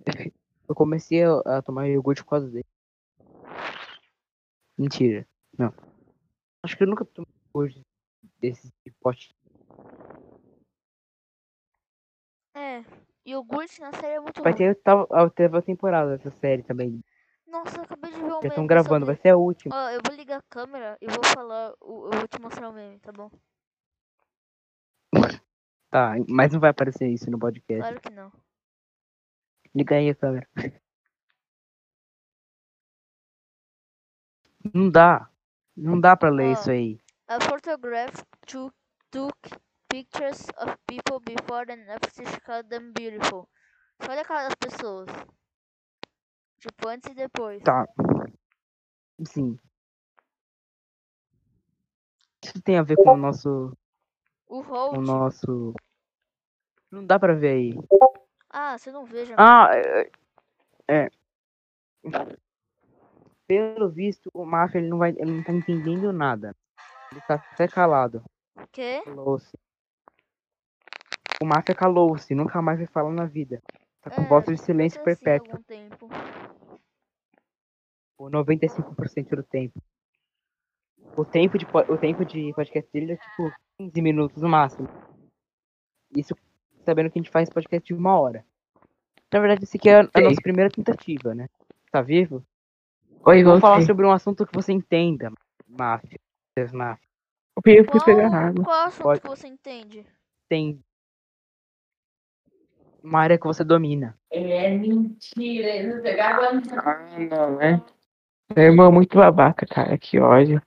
Speaker 3: Eu comecei a, a tomar iogurte por causa dele. Mentira. Não. Acho que eu nunca tomei iogurte desse pote.
Speaker 2: É. Iogurte na série é muito
Speaker 3: Vai
Speaker 2: bom.
Speaker 3: ter tal, a oitava temporada dessa série também.
Speaker 2: Nossa, eu acabei de ver um
Speaker 3: Já
Speaker 2: meme
Speaker 3: estão gravando, vai
Speaker 2: sobre...
Speaker 3: ser a última.
Speaker 2: Ó, eu vou ligar a câmera e vou falar... o- Eu vou te mostrar o meme, tá bom?
Speaker 3: Tá, mas não vai aparecer isso no podcast.
Speaker 2: Claro que não.
Speaker 3: Liga aí a câmera. Não dá. Não dá pra ler
Speaker 2: Ó.
Speaker 3: isso aí.
Speaker 2: A photograph to, took pictures of people before and after she called them beautiful. Só olha a cara das pessoas. Tipo, antes e depois.
Speaker 3: Tá. Sim. Isso tem a ver com o nosso.
Speaker 2: O
Speaker 3: Com o
Speaker 2: Holt.
Speaker 3: nosso. Não dá pra ver aí.
Speaker 2: Ah, você não vê já.
Speaker 3: Ah, é. é. Pelo visto, o Mafia ele não, vai, ele não tá entendendo nada. Ele tá até calado.
Speaker 2: O quê?
Speaker 3: Calou-se. O Mafia calou-se, nunca mais vai falar na vida. Tá com
Speaker 2: É,
Speaker 3: voto de silêncio
Speaker 2: Acontece em
Speaker 3: perpétuo
Speaker 2: algum tempo.
Speaker 3: por 95% do tempo. O tempo de, po- o tempo de podcast dele é tipo 15 minutos no máximo. Isso sabendo que a gente faz podcast de uma hora. Na verdade, isso aqui é a, a
Speaker 1: Sei.
Speaker 3: nossa primeira tentativa, né? Tá vivo?
Speaker 1: Oi,
Speaker 3: Vamos falar
Speaker 1: voltei.
Speaker 3: sobre um assunto que você entenda, máfia. Seus máfias.
Speaker 1: Eu peguei- eu fui
Speaker 2: Qual,
Speaker 1: pegar água.
Speaker 2: qual assunto
Speaker 3: Pode-
Speaker 2: que você entende?
Speaker 3: Tem uma área que você domina.
Speaker 1: É mentira, eles pegaram Ah, não, né? Meu irmão é muito babaca, cara, que ódio.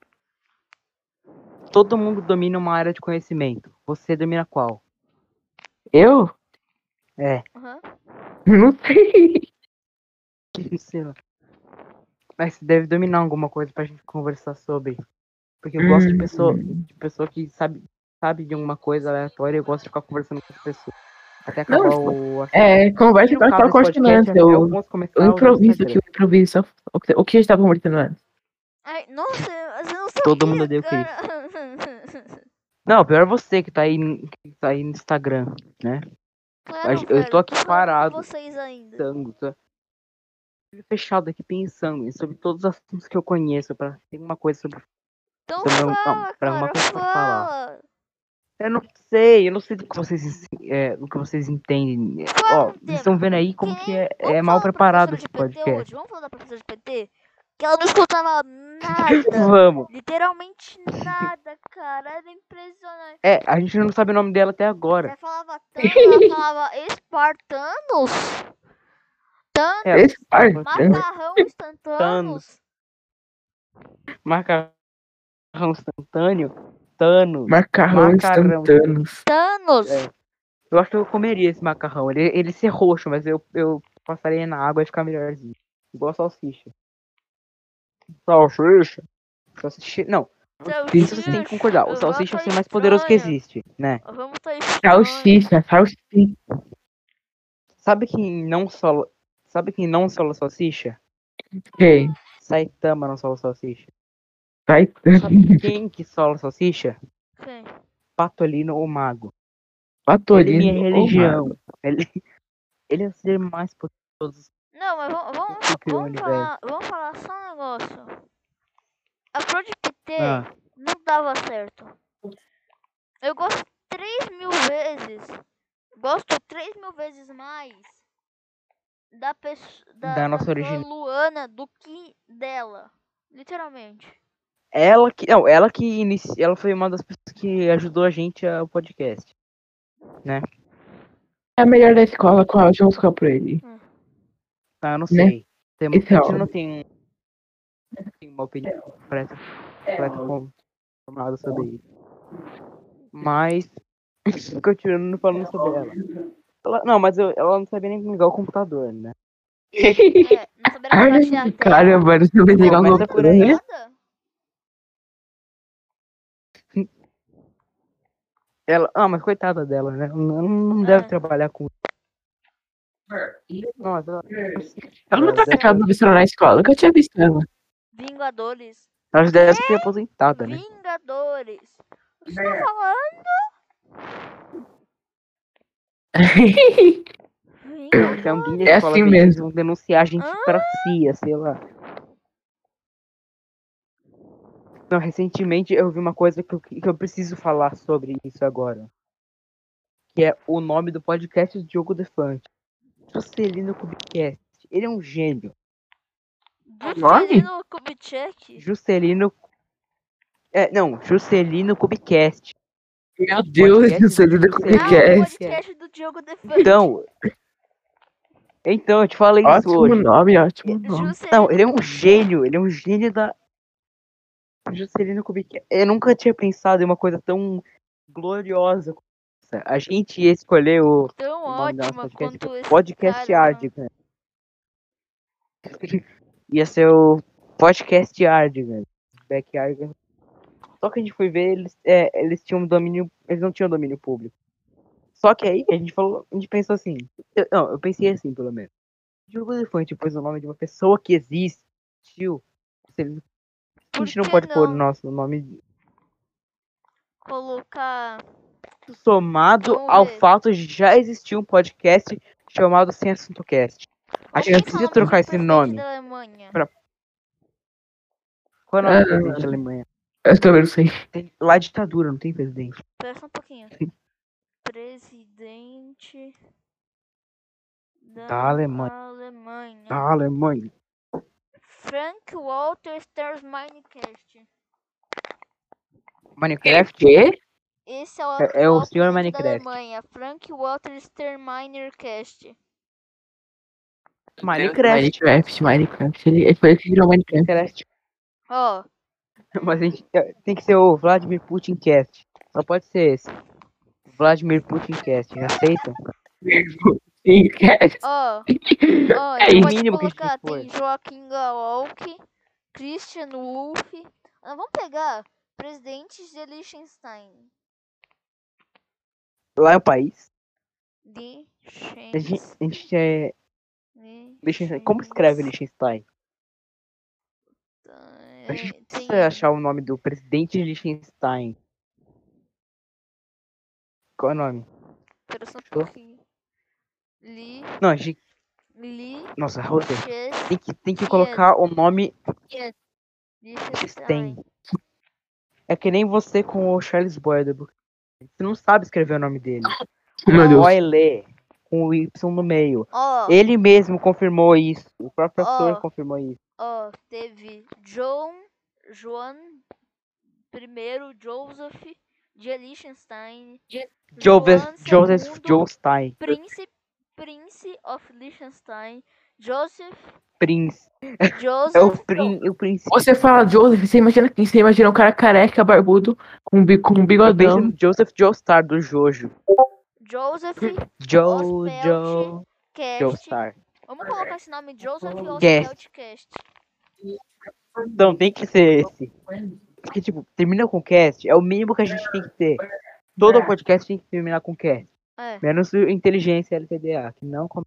Speaker 3: Todo mundo domina uma área de conhecimento. Você domina qual?
Speaker 1: Eu?
Speaker 3: É,
Speaker 2: Aham.
Speaker 1: Não sei.
Speaker 3: sei lá. Mas você deve dominar alguma coisa pra gente conversar sobre. Porque eu gosto de
Speaker 1: Uhum.
Speaker 3: pessoa, de pessoa que sabe, sabe de alguma coisa aleatória e eu gosto de ficar conversando com as pessoas. Até acabar
Speaker 1: Não,
Speaker 3: o assunto.
Speaker 1: É, conversa
Speaker 3: E no
Speaker 1: com
Speaker 3: caso
Speaker 1: a
Speaker 3: desse podcast,
Speaker 1: continência.
Speaker 3: é
Speaker 1: Eu,
Speaker 3: alguns comerciais,
Speaker 1: eu
Speaker 3: alguns
Speaker 1: improviso aqui,
Speaker 3: Instagram.
Speaker 1: eu improviso. O que, o que a gente tava conversando antes?
Speaker 2: Ai, nossa, você não sabia,
Speaker 3: Todo mundo odeia o Chris.
Speaker 2: cara.
Speaker 3: Não, pior é você que tá aí, que tá aí no Instagram.
Speaker 2: Claro,
Speaker 3: Mas eu tô
Speaker 2: velho,
Speaker 3: aqui
Speaker 2: falando com
Speaker 3: parado.
Speaker 2: vocês ainda.
Speaker 3: Pensando, tô fechado aqui pensando em sobre todos os assuntos que eu conheço pra ter uma coisa sobre.
Speaker 2: Então
Speaker 3: Sobre um-
Speaker 2: fala,
Speaker 3: pra uma
Speaker 2: cara,
Speaker 3: coisa pra falar.
Speaker 2: fala.
Speaker 3: Eu não sei, eu não sei do que vocês, é, do que vocês entendem.
Speaker 2: Fala
Speaker 3: Ó,
Speaker 2: um tema.
Speaker 3: vocês estão vendo aí como
Speaker 2: Que
Speaker 3: que é,
Speaker 2: Vamos
Speaker 3: é
Speaker 2: falar
Speaker 3: mal
Speaker 2: da
Speaker 3: preparado
Speaker 2: professora
Speaker 3: esse
Speaker 2: de PT
Speaker 3: podcast.
Speaker 2: hoje. Vamos falar da professora de PT? Que ela não escutava nada.
Speaker 3: Vamos.
Speaker 2: Literalmente nada, cara. Era impressionante.
Speaker 3: É, a gente não sabe o nome dela até agora.
Speaker 2: Ela falava tanto, ela falava espartanos. Tan
Speaker 3: É,
Speaker 1: Esse par,
Speaker 3: Espartanos.
Speaker 2: macarrão instantâneos.
Speaker 3: Macarrão macarrão instantâneo, Tano.
Speaker 1: Macarrão
Speaker 3: Macarrão.
Speaker 1: instantâneo.
Speaker 2: Thanos!
Speaker 3: É. Eu acho que eu comeria esse macarrão. Ele, ele ser roxo, mas eu, eu passaria na água e ficar melhorzinho. Igual salsicha. Salsicha? Salsicha. Não, isso você tem que concordar. O
Speaker 2: Eu
Speaker 3: salsicha é o
Speaker 2: gosto
Speaker 3: ser
Speaker 2: de
Speaker 3: mais poderoso que
Speaker 2: estranho.
Speaker 3: existe, né?
Speaker 2: Vamos
Speaker 1: É
Speaker 2: tá estranho.
Speaker 1: Salsicha, salsicha.
Speaker 3: Sabe quem não solo. Sabe quem não solo salsicha?
Speaker 1: Quem?
Speaker 3: Saitama não solo salsicha.
Speaker 1: Vai.
Speaker 3: Sabe quem que solo salsicha?
Speaker 2: Quem?
Speaker 3: Patolino ou mago. Ele é
Speaker 1: Patolino.
Speaker 3: minha
Speaker 1: ou
Speaker 3: religião. Ele, ele é o ser mais poderoso.
Speaker 2: Não, mas vamos, vamos,
Speaker 3: Por que o
Speaker 2: vamos, falar, vamos falar só um negócio. A Pro de PT
Speaker 3: Ah,
Speaker 2: não dava certo. Eu gosto 3 mil vezes. Gosto 3 mil vezes mais da pessoa. Da,
Speaker 3: Da nossa
Speaker 2: pessoa
Speaker 3: origina-
Speaker 2: Luana do que dela. Literalmente.
Speaker 3: ela que. Não, ela que inici, Ela foi uma das pessoas que ajudou a gente ao podcast.
Speaker 1: É a melhor da escola, qual? Deixa eu buscar pra ele.
Speaker 3: Ah, eu não
Speaker 1: Né?
Speaker 3: sei. Tem,
Speaker 1: Esse é
Speaker 3: a gente
Speaker 1: o-
Speaker 3: não tem, tem uma opinião completa, completa
Speaker 1: É,
Speaker 3: com- formada sobre isso. Mas, continuando falando sobre ela. Ela- Não, mas eu- ela não sabia nem ligar o computador, né?
Speaker 2: É, não saberam
Speaker 1: Ai,
Speaker 2: baixar a tela.
Speaker 1: Cara, mano, você vai
Speaker 3: Bom,
Speaker 1: pegar
Speaker 3: mas
Speaker 1: uma
Speaker 3: é por aí.
Speaker 1: coisa, né?
Speaker 2: Nada.
Speaker 3: Ela, ah, mas coitada dela, né? Ela não, não deve
Speaker 2: É.
Speaker 3: trabalhar com. Nossa, ela,
Speaker 1: Ela não tá
Speaker 3: é
Speaker 1: sacando professora na escola, que eu tinha visto ela.
Speaker 2: Vingadores.
Speaker 3: ela já deve ser aposentada, né?
Speaker 2: Vingadores. Você
Speaker 3: É.
Speaker 2: tá falando? Vingadores.
Speaker 3: Se alguém da
Speaker 1: É
Speaker 3: escola
Speaker 1: assim
Speaker 3: ver isso,
Speaker 1: mesmo.
Speaker 3: vão denunciar a gente
Speaker 2: Ah!
Speaker 3: pra CIA, sei lá. Não, recentemente eu vi uma coisa que eu, que eu preciso falar sobre isso agora. Que é o nome do podcast do Diogo Defante. Juscelino Kubitschek. Ele é um gênio.
Speaker 1: Nome?
Speaker 2: Juscelino Kubitschek.
Speaker 3: Juscelino... É, não, Juscelino Kubitschek.
Speaker 1: Meu Deus,
Speaker 3: Podcast?
Speaker 1: você lida com o
Speaker 3: Não,
Speaker 2: Ah, o
Speaker 1: podcast.
Speaker 2: podcast do Diogo Defante.
Speaker 3: Então... Então, eu te falei isso hoje.
Speaker 1: Ótimo nome, ótimo nome.
Speaker 2: Juscelino
Speaker 3: Não, ele é um gênio, ele é um gênio da. Juscelino Kubitschek. Eu nunca tinha pensado em uma coisa tão gloriosa como essa. A gente ia escolher o
Speaker 2: tão
Speaker 3: o nome do nosso
Speaker 2: ótima
Speaker 3: podcast, é
Speaker 2: quanto esse
Speaker 3: Podcast
Speaker 2: cara, mano.
Speaker 3: Ardigan. ia ser o Podcast Ardigan. Back Ardigan. Só que a gente foi ver, eles, é, eles tinham domínio. Eles não tinham domínio público. Só que aí a gente falou, a gente pensou assim. eu- não, eu pensei assim, pelo menos. Diogo Elefante pôs o nome de uma pessoa que existiu. Se ele- A
Speaker 2: Por
Speaker 3: gente não
Speaker 2: que
Speaker 3: pode pôr o
Speaker 2: não?
Speaker 3: nosso nome
Speaker 2: Colocar.
Speaker 3: somado
Speaker 2: Vamos
Speaker 3: ao
Speaker 2: ver.
Speaker 3: fato de já existir um podcast chamado Sem Assunto Cast. A
Speaker 2: Quem
Speaker 3: gente
Speaker 2: falou
Speaker 3: precisa
Speaker 2: do
Speaker 3: trocar esse
Speaker 2: presidente
Speaker 3: nome.
Speaker 2: Da Alemanha?
Speaker 3: Qual é o nome
Speaker 1: Ah.
Speaker 3: do presidente da Alemanha?
Speaker 1: Eu também não sei.
Speaker 3: Tem- lá é ditadura, não tem presidente.
Speaker 2: Espera só um pouquinho. Presidente. Da,
Speaker 3: Da Alemanha.
Speaker 2: Alemanha.
Speaker 3: Da Alemanha.
Speaker 2: Frank Walter Stars Minecraft.
Speaker 3: Minecraft?
Speaker 1: Quê?
Speaker 2: Esse é o,
Speaker 3: É- é o
Speaker 2: atual presidente da
Speaker 3: senhor Minecraft.
Speaker 2: Alemanha, Frank Walter Steinmeinercast.
Speaker 3: Minecraft.
Speaker 1: Minecraft, Minecraft. Ele ele foi ele que criou Minecraft.
Speaker 3: Minecraft.
Speaker 2: Ó,
Speaker 3: Mas a gente tem que ser o Vladimir Putin Cast. Só pode ser esse. Vladimir Putin Cast. Aceitam?
Speaker 1: Sim, quer-
Speaker 2: ó, ó,
Speaker 1: É
Speaker 2: ele
Speaker 1: isso.
Speaker 2: pode
Speaker 3: Mínimo que a gente
Speaker 2: colocar,
Speaker 3: pôr.
Speaker 2: tem Joaquim Gawalk, Christian Wolff. Ah, vamos pegar presidentes de Liechtenstein.
Speaker 3: Lá é o país. A gente,
Speaker 2: Liechtenstein.
Speaker 3: a gente é. Liechtenstein. Como escreve Liechtenstein? A gente precisa achar o nome do presidente de Liechtenstein. Qual é o nome?
Speaker 2: Espera só um
Speaker 3: Fechou?
Speaker 2: pouquinho. Li,
Speaker 3: Não, a gente.
Speaker 2: Li,
Speaker 3: Nossa, roteiro.
Speaker 2: Liechtenstein.
Speaker 3: Tem que, tem que colocar o nome. Liechtenstein. É que nem você com o Charles Boyer. Você não sabe escrever o nome dele.
Speaker 1: Meu Deus.
Speaker 3: Boyle, com o Y no meio.
Speaker 2: Ó,
Speaker 3: Ele mesmo confirmou isso. O próprio ator
Speaker 2: Ó.
Speaker 3: confirmou isso.
Speaker 2: Ó, teve John, Joan, primeiro Joseph de Liechtenstein,
Speaker 3: Joseph,
Speaker 2: Joan
Speaker 3: Joseph
Speaker 2: segundo,
Speaker 3: Jostein.
Speaker 2: príncipe, Prince of Liechtenstein, Joseph,
Speaker 3: Prince. É o,
Speaker 2: Joseph,
Speaker 3: prin, o príncipe.
Speaker 1: Você fala Joseph, você imagina quem? Você imagina um cara careca, barbudo, com, bi- com um
Speaker 3: Eu penso
Speaker 1: bigodão.
Speaker 3: no Joseph Joestar do Jojo.
Speaker 2: Joseph
Speaker 3: Jojo.
Speaker 2: Oswald Cast.
Speaker 3: Joestar.
Speaker 2: Vamos colocar esse nome
Speaker 3: É.
Speaker 2: Joseph
Speaker 3: Cast.
Speaker 2: Oswald Cast.
Speaker 3: Então, tem que ser esse. Porque, tipo, termina com cast, é o mínimo que a gente tem que ter. Todo podcast tem que terminar com cast.
Speaker 2: É.
Speaker 3: Menos o Inteligência LTDA, que não come-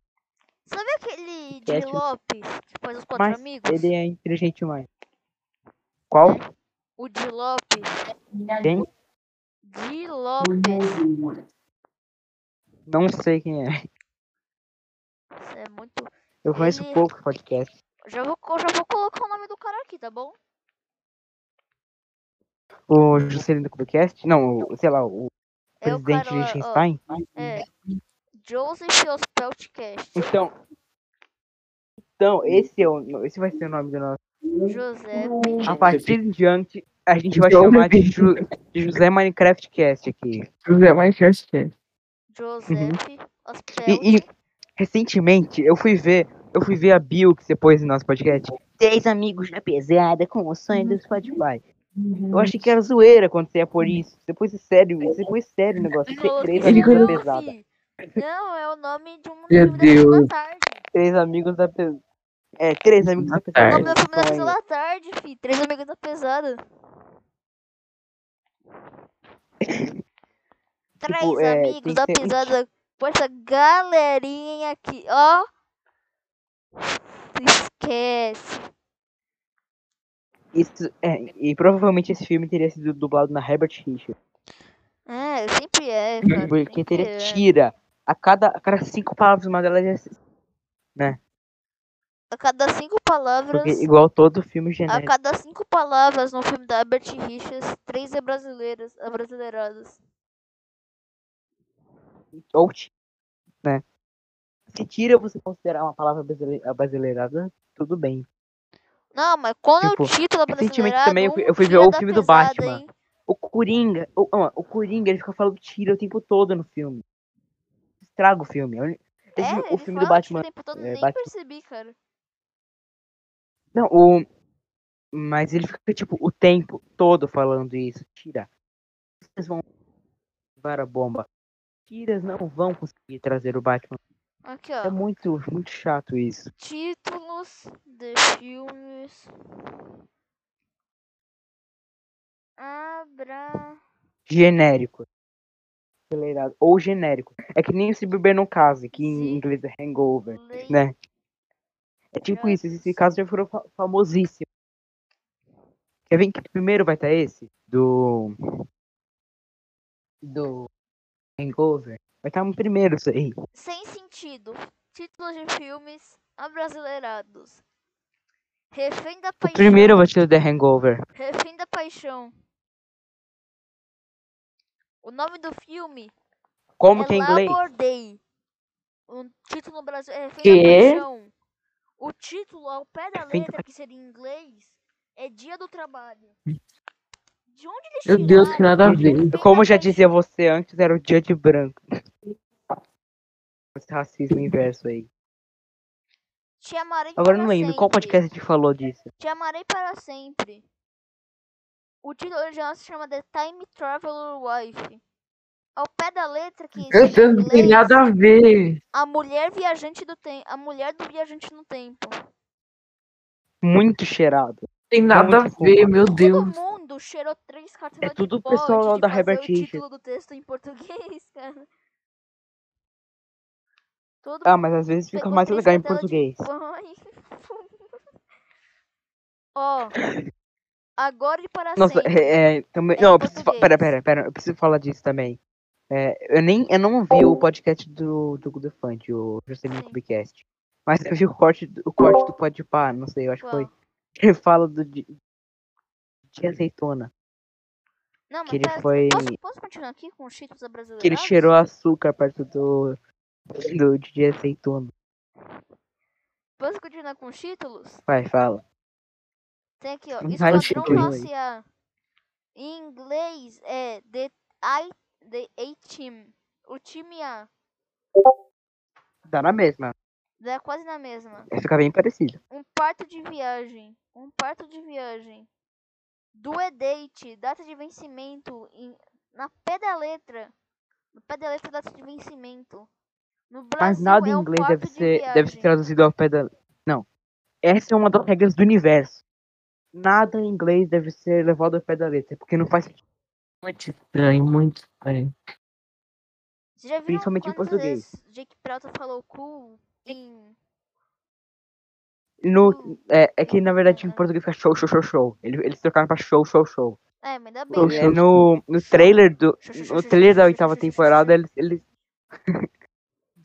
Speaker 2: Sabe é aquele de
Speaker 3: Cast.
Speaker 2: Lopes que faz os quatro
Speaker 3: Mas
Speaker 2: amigos?
Speaker 3: ele é inteligente mais. Qual?
Speaker 2: O de Lopes.
Speaker 3: Quem?
Speaker 2: De Lopes.
Speaker 3: Não sei quem é.
Speaker 2: Isso é muito.
Speaker 3: Eu conheço
Speaker 2: Ele-
Speaker 3: poucos podcasts.
Speaker 2: Já vou, co- já vou colocar o nome do cara aqui, tá bom?
Speaker 3: O Juscelino Kubicast? Não, o- sei lá, o
Speaker 2: É o
Speaker 3: presidente
Speaker 2: cara
Speaker 3: de
Speaker 2: lá, ó,
Speaker 3: Liechtenstein.
Speaker 2: É. Joseph Oswald Cast.
Speaker 3: Então. Então, esse, é o, esse vai ser o nome do nosso.
Speaker 2: José.
Speaker 1: Uhum.
Speaker 3: A partir de diante, a gente vai
Speaker 1: Joseph.
Speaker 3: chamar de, Ju- de José Minecraft Cast aqui.
Speaker 1: José Minecraft.
Speaker 2: Joseph Oswald.
Speaker 3: E, e recentemente eu fui ver, eu fui ver a bio que você pôs no nosso podcast. Três amigos na pesada com o sonho
Speaker 2: Uhum.
Speaker 3: do Spotify. Eu achei que era zoeira quando você ia por isso. Você pôs é sério, você pôs sério o negócio.
Speaker 2: Falou
Speaker 3: Três
Speaker 2: que
Speaker 1: Ele
Speaker 3: amigos
Speaker 2: não,
Speaker 3: na
Speaker 1: quando-
Speaker 3: pesada.
Speaker 2: fi. Não, é o nome de um
Speaker 1: Meu
Speaker 2: filme da sessão
Speaker 1: Deus.
Speaker 2: da tarde.
Speaker 3: Três amigos da pesada. É, três amigos Então, da
Speaker 2: O
Speaker 1: Tarde.
Speaker 2: nome do filme da sessão
Speaker 3: pesada.
Speaker 2: da tarde, fi. Três amigos da pesada. Três
Speaker 3: Tipo, é,
Speaker 2: amigos
Speaker 3: tem
Speaker 2: da
Speaker 3: que ser um
Speaker 2: pesada. Com essa galerinha aqui, ó. Esquece.
Speaker 3: Isso, é, e provavelmente esse filme teria sido dublado na Herbert Richards.
Speaker 2: É, sempre é, cara.
Speaker 3: Porque
Speaker 2: sempre
Speaker 3: teria
Speaker 2: é.
Speaker 3: tira. A cada, a cada cinco palavras, uma delas é assim,
Speaker 2: A cada cinco palavras.
Speaker 3: porque igual todo filme
Speaker 2: A
Speaker 3: genérico.
Speaker 2: cada cinco palavras no filme da Herbert Richards, três é brasileiras, brasileiradas.
Speaker 3: ou ti- né? Se tira você considerar uma palavra brasile- brasileirada, tudo bem.
Speaker 2: Não, mas quando
Speaker 3: Tipo,
Speaker 2: é o título
Speaker 3: recentemente
Speaker 2: brasileirado,
Speaker 3: também eu fui- eu
Speaker 2: um
Speaker 3: fui ver
Speaker 2: filho
Speaker 3: o
Speaker 2: da
Speaker 3: filme do
Speaker 2: pesada,
Speaker 3: Batman.
Speaker 2: hein?
Speaker 3: O Coringa, o, ó, o Coringa, ele fica falando tira o tempo todo no filme. Estraga o filme. Olha-
Speaker 2: É,
Speaker 3: esse- o
Speaker 2: ele
Speaker 3: filme do
Speaker 2: fala
Speaker 3: Batman.
Speaker 2: O tempo todo,
Speaker 3: é,
Speaker 2: nem
Speaker 3: Batman.
Speaker 2: percebi, cara.
Speaker 3: Não, o. Mas ele fica, tipo, o tempo todo falando isso. Tira. Vocês vão levar a bomba. Tiras não vão conseguir trazer o Batman.
Speaker 2: Aqui,
Speaker 3: É
Speaker 2: ó.
Speaker 3: muito, muito chato isso.
Speaker 2: Títulos de filmes.
Speaker 3: Né?
Speaker 2: Abra.
Speaker 3: genérico. Acelerado. Ou genérico. É que nem se beber não case, que em
Speaker 2: Sim.
Speaker 3: inglês é hangover.
Speaker 2: Lei.
Speaker 3: Né? É tipo isso, esse caso já foram fa- famosíssimo. Quer ver que primeiro vai estar esse? Do. Do. Hangover. Vai estar um primeiro isso aí.
Speaker 2: Sem sentido. Títulos de filmes abrasileirados. Refém da
Speaker 3: O
Speaker 2: paixão.
Speaker 3: primeiro vai ser o The Hangover.
Speaker 2: Refém da paixão. O nome do filme
Speaker 3: Como que é em
Speaker 2: Ela
Speaker 3: inglês?
Speaker 2: abordei. O título no Brasil é Refém
Speaker 1: Quê?
Speaker 2: da Paixão. O título, ao pé da
Speaker 3: Refém da
Speaker 2: letra, que seria em inglês, é Dia do Trabalho. De onde eles
Speaker 1: Meu Deus, que
Speaker 2: tiraram
Speaker 1: nada a
Speaker 2: Refém
Speaker 1: ver.
Speaker 2: da
Speaker 3: Tá Como já
Speaker 2: Paixão?
Speaker 3: dizia você antes, era o dia de branco. Esse racismo inverso aí.
Speaker 2: Te amarei para
Speaker 3: Agora eu não lembro qual
Speaker 2: sempre.
Speaker 3: podcast a gente falou disso.
Speaker 2: Te amarei para sempre. O título original se chama The Time Traveler Wife. Ao pé da letra, que
Speaker 1: Meu
Speaker 2: seria em
Speaker 1: Deus, não tem
Speaker 2: inglês,
Speaker 1: nada a ver.
Speaker 2: a mulher viajante do tempo. A mulher do viajante no tempo.
Speaker 3: muito cheirado.
Speaker 1: Tem nada a
Speaker 3: Tá Muito bom.
Speaker 1: ver, meu
Speaker 2: Todo
Speaker 1: Deus.
Speaker 2: mundo cheirou três cartões
Speaker 3: É
Speaker 2: de
Speaker 3: tudo o
Speaker 2: bode
Speaker 3: pessoal lá
Speaker 2: de
Speaker 3: da
Speaker 2: fazer
Speaker 3: Herbert
Speaker 2: o
Speaker 3: Richards.
Speaker 2: título do texto em português, cara. Todo
Speaker 3: Ah, mas às vezes fica
Speaker 2: Pegou
Speaker 3: mais
Speaker 2: três
Speaker 3: legal em
Speaker 2: cadelas de
Speaker 3: português.
Speaker 2: mundo. Ó. Agora e para
Speaker 3: Nossa,
Speaker 2: sempre.
Speaker 3: é, é, também.
Speaker 2: É
Speaker 3: não,
Speaker 2: em
Speaker 3: eu preciso. fa- Pera,
Speaker 2: português.
Speaker 3: pera, pera. Eu preciso falar disso também. É, eu nem, eu não vi o podcast do do Gudo Fante, o Juscelino
Speaker 2: Sim.
Speaker 3: Kubicast. Mas eu vi o corte, do- o corte do Pode Pá, não sei, eu acho que foi.
Speaker 2: Qual?
Speaker 3: Ele fala do de, de azeitona.
Speaker 2: Não, mas
Speaker 3: Que ele
Speaker 2: pera,
Speaker 3: foi.
Speaker 2: posso, posso continuar aqui com os títulos brasileiros?
Speaker 3: Que ele cheirou açúcar perto do. Do de azeitona.
Speaker 2: Posso continuar com os títulos?
Speaker 3: Vai, fala.
Speaker 2: Tem aqui, ó.
Speaker 3: Vai,
Speaker 2: Esquadrão
Speaker 3: continua aí.
Speaker 2: Classe A. Em inglês é The I The A Team. O time A.
Speaker 3: Dá na mesma.
Speaker 2: Dá é quase na mesma.
Speaker 3: Fica bem parecido.
Speaker 2: Um parto de viagem. Um parto de viagem. Due date, data de vencimento. Em, na pé da letra. No pé da letra, data de vencimento. No Brasil,
Speaker 3: Mas nada em
Speaker 2: é um
Speaker 3: inglês
Speaker 2: parto
Speaker 3: deve
Speaker 2: de
Speaker 3: ser, deve ser
Speaker 2: viagem.
Speaker 3: traduzido ao pé da. Não. Essa é uma das regras do universo. Nada em inglês deve ser levado ao pé da letra, porque não faz sentido.
Speaker 1: Muito estranho, muito estranho.
Speaker 2: Vocês já viram
Speaker 3: Principalmente em
Speaker 2: quantas
Speaker 3: português.
Speaker 2: vezes Jake Peralta falou cool em...
Speaker 3: No, é, é que na verdade em português fica show, show, show, show. Ele- Eles trocaram pra show, show, show.
Speaker 2: É, mas ainda bem.
Speaker 1: Show,
Speaker 2: né?
Speaker 1: show.
Speaker 3: É, no, no trailer do. No trailer da oitava temporada, eles. eles...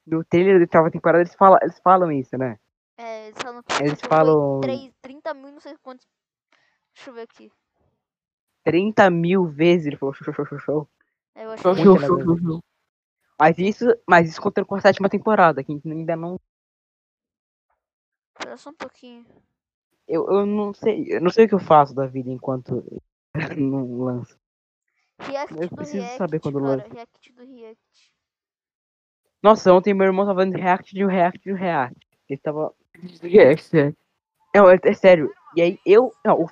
Speaker 3: no trailer da oitava temporada, eles, fala, eles falam isso, né?
Speaker 2: É, eles falam...
Speaker 3: Eles falam
Speaker 2: 3, 30 mil, não sei quantos... Deixa eu ver aqui.
Speaker 3: 30 mil vezes. Ele falou show, show, show, show, show.
Speaker 2: É, Eu acho
Speaker 1: Show,
Speaker 2: que-
Speaker 1: show,
Speaker 3: nada
Speaker 1: show,
Speaker 3: a
Speaker 1: show, show.
Speaker 3: Mas isso, mas isso conta com a sétima temporada, que ainda não.
Speaker 2: Espera só um pouquinho.
Speaker 3: Eu, eu não sei. Eu não sei o que eu faço da vida enquanto não lanço.
Speaker 2: React
Speaker 3: Eu
Speaker 2: do
Speaker 3: preciso
Speaker 2: React,
Speaker 3: saber quando
Speaker 2: cara.
Speaker 3: lança.
Speaker 2: React do React.
Speaker 3: Nossa, ontem meu irmão tava fazendo react de um react de um react. Ele tava.
Speaker 1: Yes, é.
Speaker 3: Não, é, é sério. E aí eu. Não, o-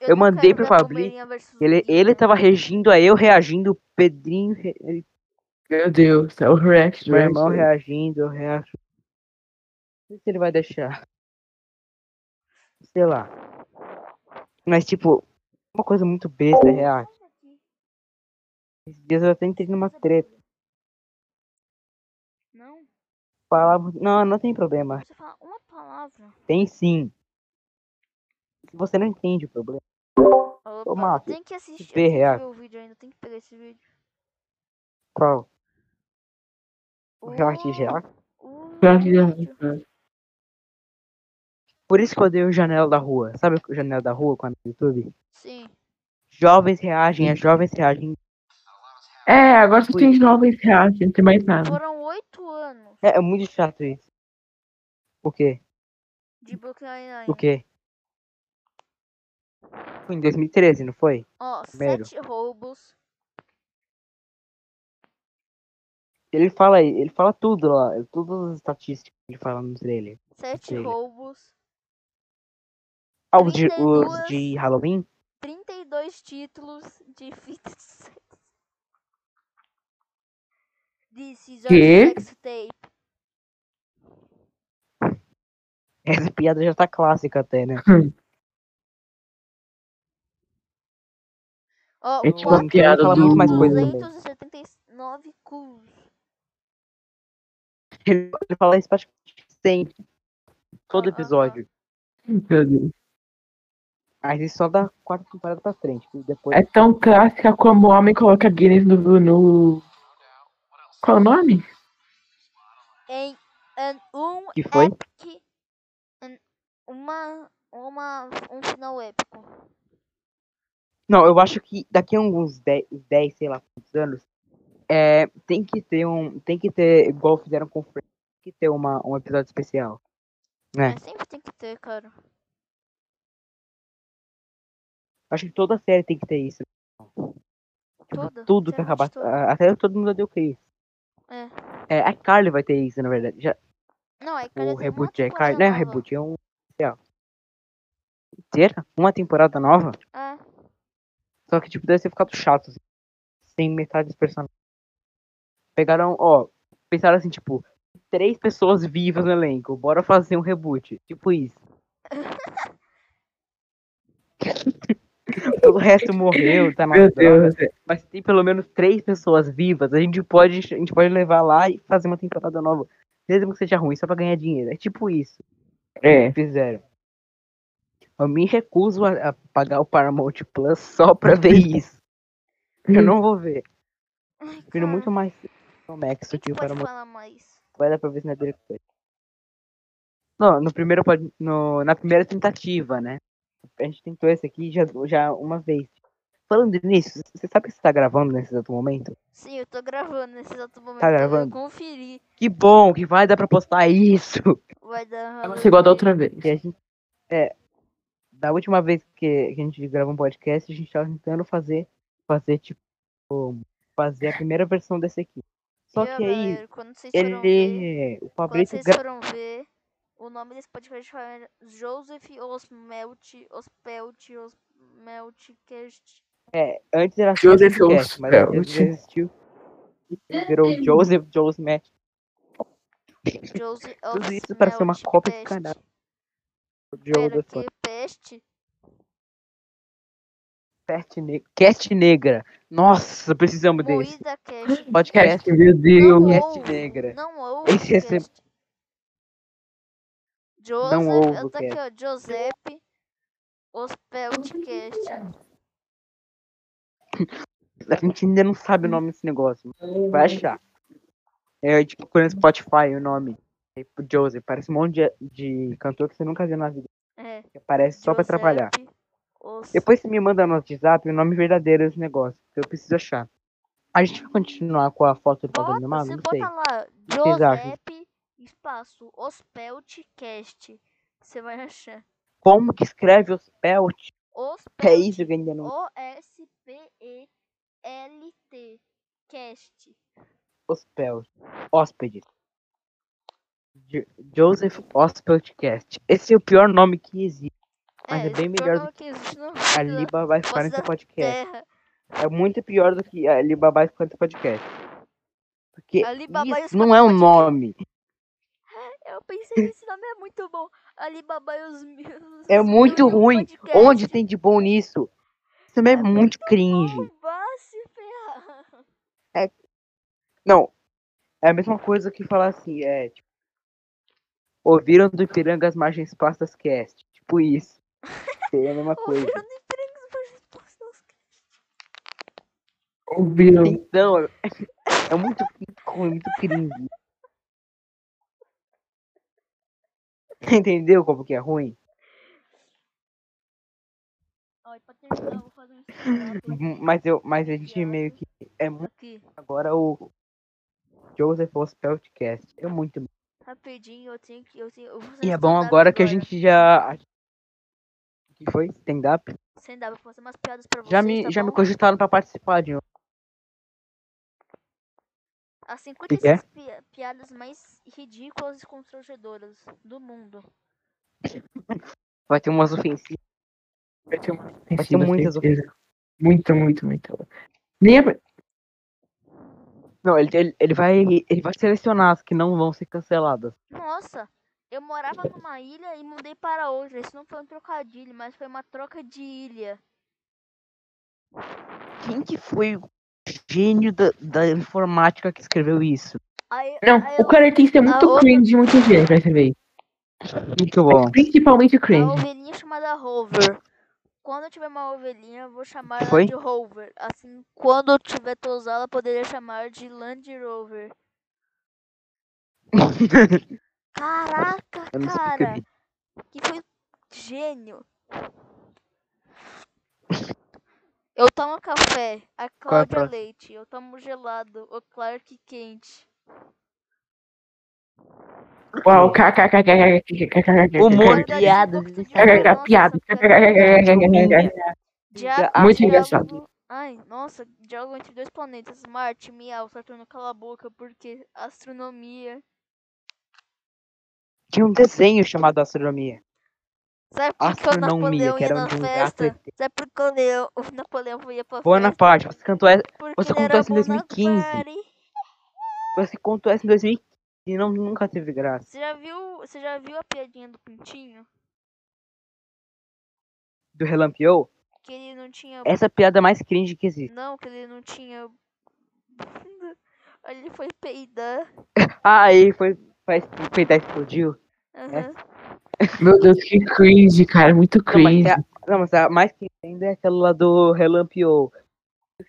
Speaker 3: Eu
Speaker 2: não
Speaker 3: mandei
Speaker 2: quero
Speaker 3: pro
Speaker 2: ver
Speaker 3: Fabrício,
Speaker 2: Pomerania né, versus
Speaker 3: ele,
Speaker 2: Guita.
Speaker 3: ele tava regindo a eu reagindo, o Pedrinho. re- ele-
Speaker 1: Meu Deus, é o react,
Speaker 3: meu irmão
Speaker 1: react.
Speaker 3: reagindo, eu reajo. Não sei se ele vai deixar. Sei lá. Mas tipo, uma coisa muito besta é react. Esses dias eu até entrei numa treta.
Speaker 2: Não,
Speaker 3: Falava. Não, não tem problema.
Speaker 2: você fala uma palavra.
Speaker 3: Tem sim. Se você não entende o problema.
Speaker 2: Opa,
Speaker 3: Márcio,
Speaker 2: tem que assistir. eu tenho
Speaker 3: vê
Speaker 2: que
Speaker 3: React.
Speaker 2: ver o vídeo ainda, tem que pegar esse vídeo.
Speaker 3: Qual? O
Speaker 2: Uh,
Speaker 3: react de react.
Speaker 2: O
Speaker 1: React,
Speaker 2: vídeo.
Speaker 1: react.
Speaker 3: Por isso que eu odeio janela da rua. Sabe o janela da rua quando é no YouTube?
Speaker 2: Sim.
Speaker 3: Jovens reagem, é jovens reagem.
Speaker 1: É, agora só
Speaker 3: Fui.
Speaker 1: tem jovens react, não tem mais nada.
Speaker 2: Foram oito anos
Speaker 3: É, é muito chato isso. O quê?
Speaker 2: de Brooklyn Nine-Nine.
Speaker 3: O quê? Foi em 2013, não foi?
Speaker 2: Ó,
Speaker 3: Primeiro.
Speaker 2: sete roubos.
Speaker 3: Ele fala aí, ele fala tudo lá, todas as estatísticas que ele fala no trailer.
Speaker 2: Sete
Speaker 3: Trailer.
Speaker 2: roubos.
Speaker 3: Ah, os de, os
Speaker 2: 32.
Speaker 3: de Halloween?
Speaker 2: 32 títulos de fitas de sexo. This is our
Speaker 1: Quê?
Speaker 2: sex tape.
Speaker 3: Essa piada já tá clássica até,
Speaker 1: Tipo,
Speaker 3: né?
Speaker 2: Ó,
Speaker 1: É
Speaker 3: Eu
Speaker 1: tipo
Speaker 3: tipo,
Speaker 1: uma
Speaker 2: quatro
Speaker 3: não
Speaker 1: piada
Speaker 3: quero falar muito
Speaker 1: do-
Speaker 3: mais coisa também.
Speaker 2: 279 cus.
Speaker 3: Ele ele fala isso praticamente sempre. Todo
Speaker 2: Aham.
Speaker 3: episódio.
Speaker 1: Meu Deus.
Speaker 3: Mas isso só da quarta temporada pra frente. que Depois
Speaker 1: É tão clássica como o homem coloca Guinness no. no... Qual é o nome?
Speaker 2: Em em um
Speaker 3: que foi?
Speaker 2: que em uma uma um final épico.
Speaker 3: Não, eu acho que daqui a uns 10, 10 sei lá quantos anos, é, tem que ter um. Tem que ter, igual fizeram com o Friends, tem que ter uma, um episódio especial. É.
Speaker 2: Mas sempre tem que ter, cara.
Speaker 3: Acho que toda série tem que ter isso.
Speaker 2: Toda.
Speaker 3: Tipo, Tudo que
Speaker 2: Geralmente
Speaker 3: acabar.
Speaker 2: toda.
Speaker 3: a- Até todo mundo deu que isso. É. a Carly vai ter isso, na verdade. Já,
Speaker 2: Não, aí cada tem
Speaker 3: o
Speaker 2: um uma
Speaker 3: reboot é
Speaker 2: temporada
Speaker 3: Carly. Não é
Speaker 2: nova.
Speaker 3: reboot, é um especial. Terá uma temporada nova?
Speaker 2: É.
Speaker 3: Só que, tipo, deve ter ficado chato. assim, sem metade dos personagens. Pegaram, ó. Pensaram assim, tipo, três pessoas vivas no elenco. Bora fazer um reboot. Tipo isso. Todo o resto morreu, tá na
Speaker 1: Meu
Speaker 3: droga.
Speaker 1: Deus.
Speaker 3: Mas tem pelo menos três pessoas vivas. A gente pode, a gente pode levar lá e fazer uma temporada nova. Mesmo que seja ruim, só pra ganhar dinheiro. É tipo isso
Speaker 1: É.
Speaker 3: fizeram. Eu me recuso a, a pagar o Paramount Plus só pra ver isso. Eu não vou ver.
Speaker 2: Ai,
Speaker 3: Prefiro
Speaker 2: cara,
Speaker 3: muito mais o Max
Speaker 2: a
Speaker 3: do que
Speaker 2: gente
Speaker 3: o
Speaker 2: Tá. pode
Speaker 3: Paramount.
Speaker 2: falar mais.
Speaker 3: Vai dar pra ver se é na diretora. Não, no primeiro, pod- no, na primeira tentativa, né? A gente tentou esse aqui já, já uma vez. Falando nisso, você sabe que você tá gravando nesse exato momento?
Speaker 2: Sim, eu tô gravando nesse exato momento.
Speaker 3: Tá gravando?
Speaker 2: Eu conferi.
Speaker 3: Que bom, que vai dar pra postar isso!
Speaker 2: Vai dar.
Speaker 1: Vai ser igual da outra vez.
Speaker 3: E a gente, é, da última vez que, que a gente gravou um podcast, a gente tava tentando fazer, fazer tipo, fazer a primeira versão desse aqui. Só
Speaker 2: Viu,
Speaker 3: que aí,
Speaker 2: galera? quando vocês foram ver,
Speaker 3: ele. O
Speaker 2: quando
Speaker 3: Fabrício
Speaker 2: vocês
Speaker 3: gra-
Speaker 2: foram ver, o nome desse podcast foi Joseph Osmelt, Ospelt, Osmeltcast.
Speaker 3: antes era
Speaker 1: Joseph
Speaker 3: Joseph Cash, mas
Speaker 1: Osfeld.
Speaker 3: depois desistiu. E virou Joseph Josmet.
Speaker 2: Joseph
Speaker 3: Tudo isso pra ser uma cópia de cada-
Speaker 2: Osmeltcast. Pera,
Speaker 3: Joseph
Speaker 2: que peste?
Speaker 3: Cat ne- Cat Negra. Nossa, precisamos desse.
Speaker 2: Moída Cast.
Speaker 3: Podcast.
Speaker 1: Meu Deus.
Speaker 3: Não.
Speaker 2: ouve,
Speaker 3: negra.
Speaker 2: Não ouve.
Speaker 3: Esse é ia ser-
Speaker 2: cast. Joseph,
Speaker 3: ouve
Speaker 2: eu
Speaker 3: o
Speaker 2: tô aqui, ó. Josep Ospeltcast.
Speaker 3: A gente ainda não sabe o nome desse negócio. Vai achar. É tipo no Spotify o nome. Tipo, Joseph. Parece um monte de, de cantor que você nunca viu na vida.
Speaker 2: É.
Speaker 3: que Aparece só pra atrapalhar.
Speaker 2: Josep Os-
Speaker 3: Depois você me manda no WhatsApp o nome verdadeiro desse negócio. Que eu preciso achar. A gente vai continuar com a foto do
Speaker 2: Bota,
Speaker 3: Pablo Mago?
Speaker 2: você
Speaker 3: Não
Speaker 2: bota
Speaker 3: sei.
Speaker 2: lá
Speaker 3: vocês acham?
Speaker 2: Josep espaço Ospeltcast. Você vai
Speaker 3: É
Speaker 2: achar.
Speaker 3: Como que escreve os pelt? É
Speaker 2: Ospelt.
Speaker 3: isso que ainda não.
Speaker 2: O-S-P-E-L-T. Cast.
Speaker 3: Os pelt. Hóspede. Jo- Joseph Hospelt Cast. Esse é o pior nome que existe. Mas é
Speaker 2: esse
Speaker 3: bem melhor
Speaker 2: programa
Speaker 3: do
Speaker 2: que existe no
Speaker 3: A Liba vai ficar nesse
Speaker 2: Nossa,
Speaker 3: podcast.
Speaker 2: Terra.
Speaker 3: É muito pior do que a Alibaba Espanto Podcast. Porque
Speaker 2: Alibaba
Speaker 3: isso
Speaker 2: Espanto
Speaker 3: não é um
Speaker 2: Podcast.
Speaker 3: nome.
Speaker 2: Eu pensei que esse nome é muito bom. Alibaba e os mil.
Speaker 3: É
Speaker 2: os
Speaker 3: muito
Speaker 2: mil e um
Speaker 3: ruim.
Speaker 2: podcast.
Speaker 3: Onde tem de bom nisso? Isso também é,
Speaker 2: É
Speaker 3: muito cringe.
Speaker 2: Não vá se ferrar.
Speaker 3: Não. É a mesma coisa que falar assim, é tipo. Ouviram do Ipiranga as margens pastas cast. Tipo isso. Seria a mesma
Speaker 2: Ouviram
Speaker 3: coisa.
Speaker 2: de empregos para as pessoas.
Speaker 1: Ouviram.
Speaker 3: Então, é é muito, muito ruim, muito cringe. Entendeu como que é ruim?
Speaker 2: Ó, e pra terminar, eu vou fazer um stand-up
Speaker 3: Mas, eu, mas a gente meio que. É muito
Speaker 2: aqui.
Speaker 3: Agora o Joseph Ospeltcast. É muito bom.
Speaker 2: Rapidinho, eu tenho que. Eu tenho, eu vou fazer
Speaker 3: E
Speaker 2: um
Speaker 3: é bom
Speaker 2: stand-up
Speaker 3: agora que a gente já. a- O que foi? Stand-up?
Speaker 2: Stand-up, eu vou fazer umas piadas pra vocês.
Speaker 3: Já me,
Speaker 2: tá
Speaker 3: já me
Speaker 2: bom?
Speaker 3: cogitaram pra participar de um.
Speaker 2: As
Speaker 3: que é?
Speaker 2: 56 pi- piadas mais ridículas e constrangedoras do mundo.
Speaker 3: Vai ter umas ofensivas.
Speaker 1: Vai ter, uma
Speaker 3: Vai ter muitas
Speaker 1: certeza. Muita, muita, muita. Nem a-
Speaker 3: Não, ele, ele, ele vai, ele vai selecionar as que não vão ser canceladas.
Speaker 2: Nossa, eu morava numa ilha e mudei para outra. Isso não foi um trocadilho, mas foi uma troca de ilha.
Speaker 3: Quem que foi o gênio da, da informática que escreveu isso?
Speaker 2: Aí,
Speaker 1: Não,
Speaker 2: aí
Speaker 1: o cara tem que ser muito
Speaker 2: a outra-
Speaker 1: cringe, muito gênio pra escrever.
Speaker 3: Muito bom.
Speaker 1: Principalmente
Speaker 2: eu, a
Speaker 1: cringe.
Speaker 2: ovelhinha chamada Rover. Quando eu tiver uma ovelhinha, eu vou chamar ela
Speaker 3: Foi?
Speaker 2: de Rover. Assim, quando eu tiver tosada, eu poderia chamar de Land Rover. Caraca,
Speaker 3: Eu não sei porque eu
Speaker 2: cara!
Speaker 3: ri.
Speaker 2: Que foi gênio. Eu tomo café, a
Speaker 3: Qual é a
Speaker 2: Cláudia
Speaker 3: próxima?
Speaker 2: Leite. Eu tomo gelado, o Clark quente.
Speaker 1: Uau, kkkkkkkkkk.
Speaker 3: Humor,
Speaker 2: Verdade,
Speaker 3: piadas,
Speaker 2: um pouco de
Speaker 3: kkk,
Speaker 2: nossa,
Speaker 1: né? piada.
Speaker 2: essa piada. é Diá-
Speaker 3: Ah,
Speaker 1: Muito
Speaker 2: diálogo-
Speaker 1: engraçado.
Speaker 2: Ai, nossa, diálogo entre dois planetas. Marte, miau, Saturno, cala a boca, porque astronomia.
Speaker 3: Tinha um desenho chamado Astronomia.
Speaker 2: Sabe por que o
Speaker 3: Astronomia,
Speaker 2: Napoleão
Speaker 3: que
Speaker 2: ia
Speaker 3: era
Speaker 2: na
Speaker 3: de um gato
Speaker 2: festa? Sabe por que o Leo- o Napoleão ia pra festa?
Speaker 3: Bonaparte, você cantou essa.
Speaker 2: Porque
Speaker 3: você
Speaker 2: ele
Speaker 3: contou
Speaker 2: era
Speaker 3: isso em
Speaker 2: bom na
Speaker 3: 2015.
Speaker 2: party.
Speaker 3: Você contou essa em 2015 e não, nunca teve graça.
Speaker 2: Você já viu, você já viu a piadinha do pintinho?
Speaker 3: Do relampiou?
Speaker 2: Que ele não tinha
Speaker 3: Essa é a piada mais cringe que existe.
Speaker 2: Não, que ele não tinha. Aí Ele foi peidar.
Speaker 3: Ah, ele foi. assim, Faz peitar explodiu.
Speaker 2: Aham.
Speaker 1: Meu Deus, que cringe, cara. Muito
Speaker 3: Não, mas,
Speaker 1: cringe.
Speaker 3: é a- não, mas a mais cringe ainda é aquela lá do relampiou.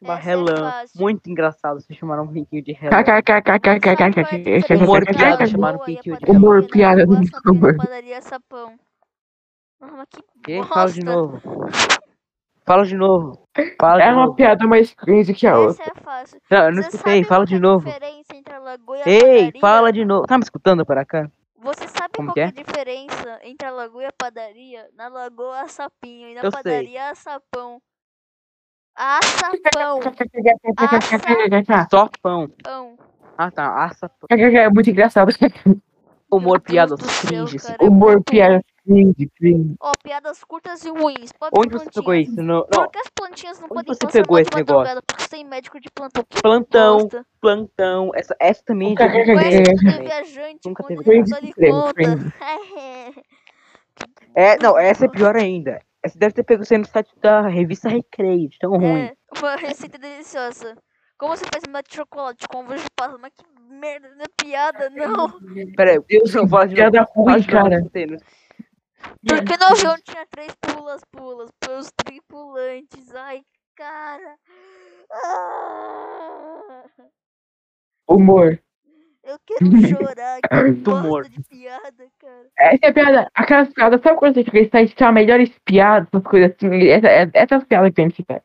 Speaker 3: Uma
Speaker 2: Essa é
Speaker 3: relan.
Speaker 2: fácil.
Speaker 3: Muito engraçado. Vocês chamaram um riquinho de relan.
Speaker 1: Kkkkkkkkkkkkk.
Speaker 2: Sabe qual é a piada
Speaker 3: Humor, piada,
Speaker 2: boa?
Speaker 3: chamaram
Speaker 2: E a
Speaker 3: Pintinho de
Speaker 2: padaria
Speaker 1: Humor,
Speaker 2: Helena
Speaker 1: piada,
Speaker 2: boa, essa pena,
Speaker 1: humor.
Speaker 2: padaria sapão. Ah, mas que
Speaker 3: Quem?
Speaker 2: bosta.
Speaker 3: Fala de novo. Fala de novo. Fala
Speaker 1: É
Speaker 3: de
Speaker 1: uma
Speaker 3: novo.
Speaker 1: piada mais cringe que a outra.
Speaker 2: Essa é fácil.
Speaker 3: Não, eu não
Speaker 2: Você
Speaker 3: escutei.
Speaker 2: sabe
Speaker 3: Fala
Speaker 2: qual que é
Speaker 3: de novo.
Speaker 2: a diferença entre a lagoa e a
Speaker 3: Ei,
Speaker 2: padaria?
Speaker 3: fala de novo. Tá me escutando para cá?
Speaker 2: Você sabe
Speaker 3: Como
Speaker 2: qual que
Speaker 3: que
Speaker 2: é
Speaker 3: é?
Speaker 2: a diferença entre a lagoa e a padaria? Na lagoa há sapinho e na
Speaker 3: Eu sei.
Speaker 2: padaria há sapão. Há sapão.
Speaker 1: Kkkkkkkkk. Ah.
Speaker 3: Só pão.
Speaker 2: Pão.
Speaker 3: Ah, tá. Aça,
Speaker 1: É muito engraçado.
Speaker 3: Ah, humor,
Speaker 2: Deus
Speaker 3: piadas,
Speaker 2: do céu,
Speaker 3: cringe. assim.
Speaker 2: cara.
Speaker 1: Humor, piada, cringe, cringe.
Speaker 2: Ó, piadas curtas e ruins. Pode
Speaker 3: Onde você
Speaker 2: um
Speaker 3: pegou isso? No...
Speaker 2: Por
Speaker 3: Não,
Speaker 2: que as plantinhas não
Speaker 3: Onde
Speaker 2: podem
Speaker 3: você
Speaker 2: passar
Speaker 3: pegou
Speaker 2: mal
Speaker 3: esse
Speaker 2: de
Speaker 3: negócio?
Speaker 2: madrugada? Porque tem médico de plantão. Que
Speaker 3: Plantão.
Speaker 2: bosta.
Speaker 3: plantão. Essa, essa também.
Speaker 1: Nunca
Speaker 3: gente,
Speaker 1: É,
Speaker 2: Conhece
Speaker 1: é,
Speaker 2: tudo é
Speaker 3: é.
Speaker 2: viajante.
Speaker 3: Nunca
Speaker 2: quando
Speaker 3: teve
Speaker 2: ele
Speaker 1: nada.
Speaker 2: só lhe
Speaker 1: Friend,
Speaker 2: conta.
Speaker 1: friend.
Speaker 3: É, não, essa é pior ainda. Essa deve ter pego você no site da revista Recreio, de tão ruim.
Speaker 2: É, uma receita deliciosa. Como você faz uma de chocolate com ovo de páscoa? Mas que merda, não é piada, não.
Speaker 3: Pera aí, Deus, não, fala de novo.
Speaker 1: Piada
Speaker 3: Fala
Speaker 1: ruim,
Speaker 3: de novo,
Speaker 1: cara.
Speaker 3: escutei, não escutei.
Speaker 2: Porque no avião tinha três pulas, pulas, pelos tripulantes. Ai, cara. Ah,
Speaker 1: Humor.
Speaker 2: eu quero chorar. Que
Speaker 3: Tumor.
Speaker 2: bosta de piada, cara.
Speaker 1: Essa é piada, aquelas piadas, sabe quando você fica está achar melhores piadas, essas coisas assim, essa, é- essas piadas que tem que ficar.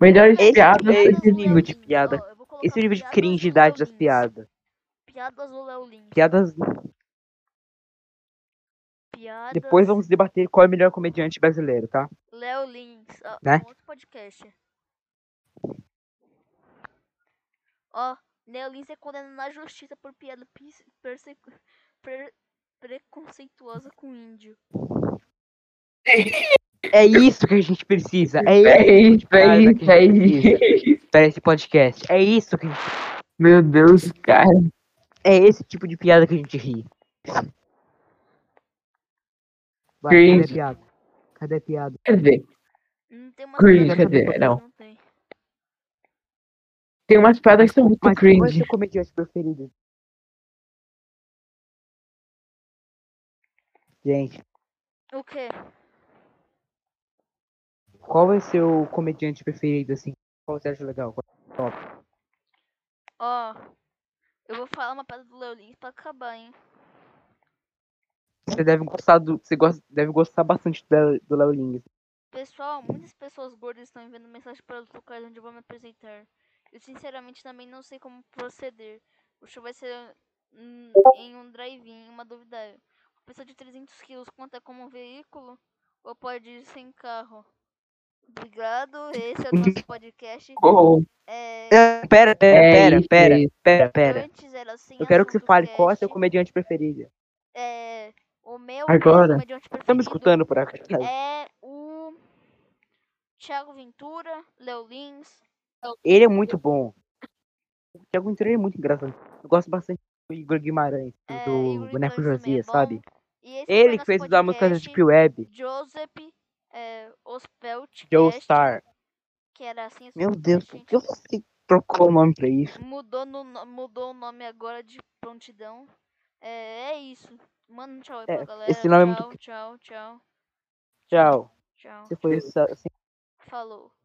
Speaker 1: Melhores
Speaker 3: Esse- é
Speaker 1: piadas,
Speaker 3: esse
Speaker 1: esses
Speaker 2: Léo
Speaker 3: nível de
Speaker 2: Lins,
Speaker 3: piada.
Speaker 2: ó, eu vou colocar
Speaker 3: Esse é nível de
Speaker 2: piadas do
Speaker 3: cringidade
Speaker 2: Léo
Speaker 3: das
Speaker 2: Lins.
Speaker 3: piadas.
Speaker 2: Piadas do Léo Lins.
Speaker 3: Piadas.
Speaker 2: Piadas
Speaker 3: Depois vamos debater qual é o melhor comediante brasileiro, tá?
Speaker 2: Léo Lins. Ó,
Speaker 3: Né?
Speaker 2: um outro podcast. Ó, Léo Lins é condenado na justiça por piada pis- persecu- pre- preconceituosa com índio.
Speaker 3: É isso que a gente precisa. É isso.
Speaker 1: É isso, é
Speaker 3: Piada que
Speaker 1: isso, é
Speaker 3: precisa.
Speaker 1: isso.
Speaker 3: Para esse podcast. É isso que a gente...
Speaker 1: Meu Deus, cara.
Speaker 3: É esse tipo de piada que a gente ri. Vai, cadê a
Speaker 1: Cringe.
Speaker 3: piada? Cadê a piada?
Speaker 1: Quer dizer,
Speaker 2: Não tem uma
Speaker 1: Cringe,
Speaker 2: piada
Speaker 1: quer dizer,
Speaker 2: que
Speaker 1: não.
Speaker 2: tem.
Speaker 1: tem umas piadas que são muito
Speaker 3: Mas qual é o
Speaker 1: cringe.
Speaker 3: seu comediante preferido? Gente,
Speaker 2: O quê?
Speaker 3: qual é o seu comediante preferido, assim? Qual você acha legal?
Speaker 2: Ó, eu vou falar uma piada do Léo Lins pra acabar, hein.
Speaker 3: Você deve gostar do. Você gosta, deve gostar bastante da- do Léo Lins.
Speaker 2: Pessoal, muitas pessoas gordas estão enviando mensagem para os locais onde eu vou me apresentar. Eu sinceramente também não sei como proceder. O show vai ser hum, em um drive-in, uma dúvida é, uma pessoa de 300 quilos conta como um veículo ou pode ir sem carro? Obrigado, esse é o nosso podcast.
Speaker 1: Oh,
Speaker 2: É,
Speaker 3: Ah, Pera,
Speaker 1: É
Speaker 3: pera, pera,
Speaker 1: isso, é
Speaker 3: pera,
Speaker 1: isso.
Speaker 3: pera, pera.
Speaker 2: antes era assim.
Speaker 3: Eu quero que você
Speaker 2: assunto
Speaker 3: fale qual é o seu
Speaker 2: cast,
Speaker 3: comediante preferido.
Speaker 2: é, o meu
Speaker 1: Agora?
Speaker 2: comediante
Speaker 3: Tá me
Speaker 2: preferido
Speaker 3: escutando por acaso?
Speaker 2: É o Thiago Ventura, Léo Lins,
Speaker 3: Ele é muito bom. O Thiago Ventura é muito engraçado. Eu gosto bastante do Igor Guimarães,
Speaker 2: É,
Speaker 3: do
Speaker 2: Igor
Speaker 3: Boneco
Speaker 2: Iglesias também é
Speaker 3: Josias,
Speaker 2: bom.
Speaker 3: sabe?
Speaker 2: E esse foi
Speaker 3: Ele que
Speaker 2: nosso
Speaker 3: fez a música da
Speaker 2: podcast,
Speaker 3: Deep Web,
Speaker 2: Joseph é, Ospelt.
Speaker 3: Joe Star.
Speaker 2: Que era assim. esse
Speaker 3: Meu
Speaker 2: podcast,
Speaker 3: Deus, por
Speaker 2: gente.
Speaker 3: que você trocou o nome pra isso?
Speaker 2: Mudou, no, no- mudou o nome agora de prontidão. É, é isso. Manda um tchau aí pra
Speaker 3: É,
Speaker 2: galera.
Speaker 3: esse nome é
Speaker 2: tchau,
Speaker 3: muito
Speaker 2: tchau, tchau,
Speaker 3: Tchau.
Speaker 2: tchau.
Speaker 3: Você foi o Sa-
Speaker 2: Falou.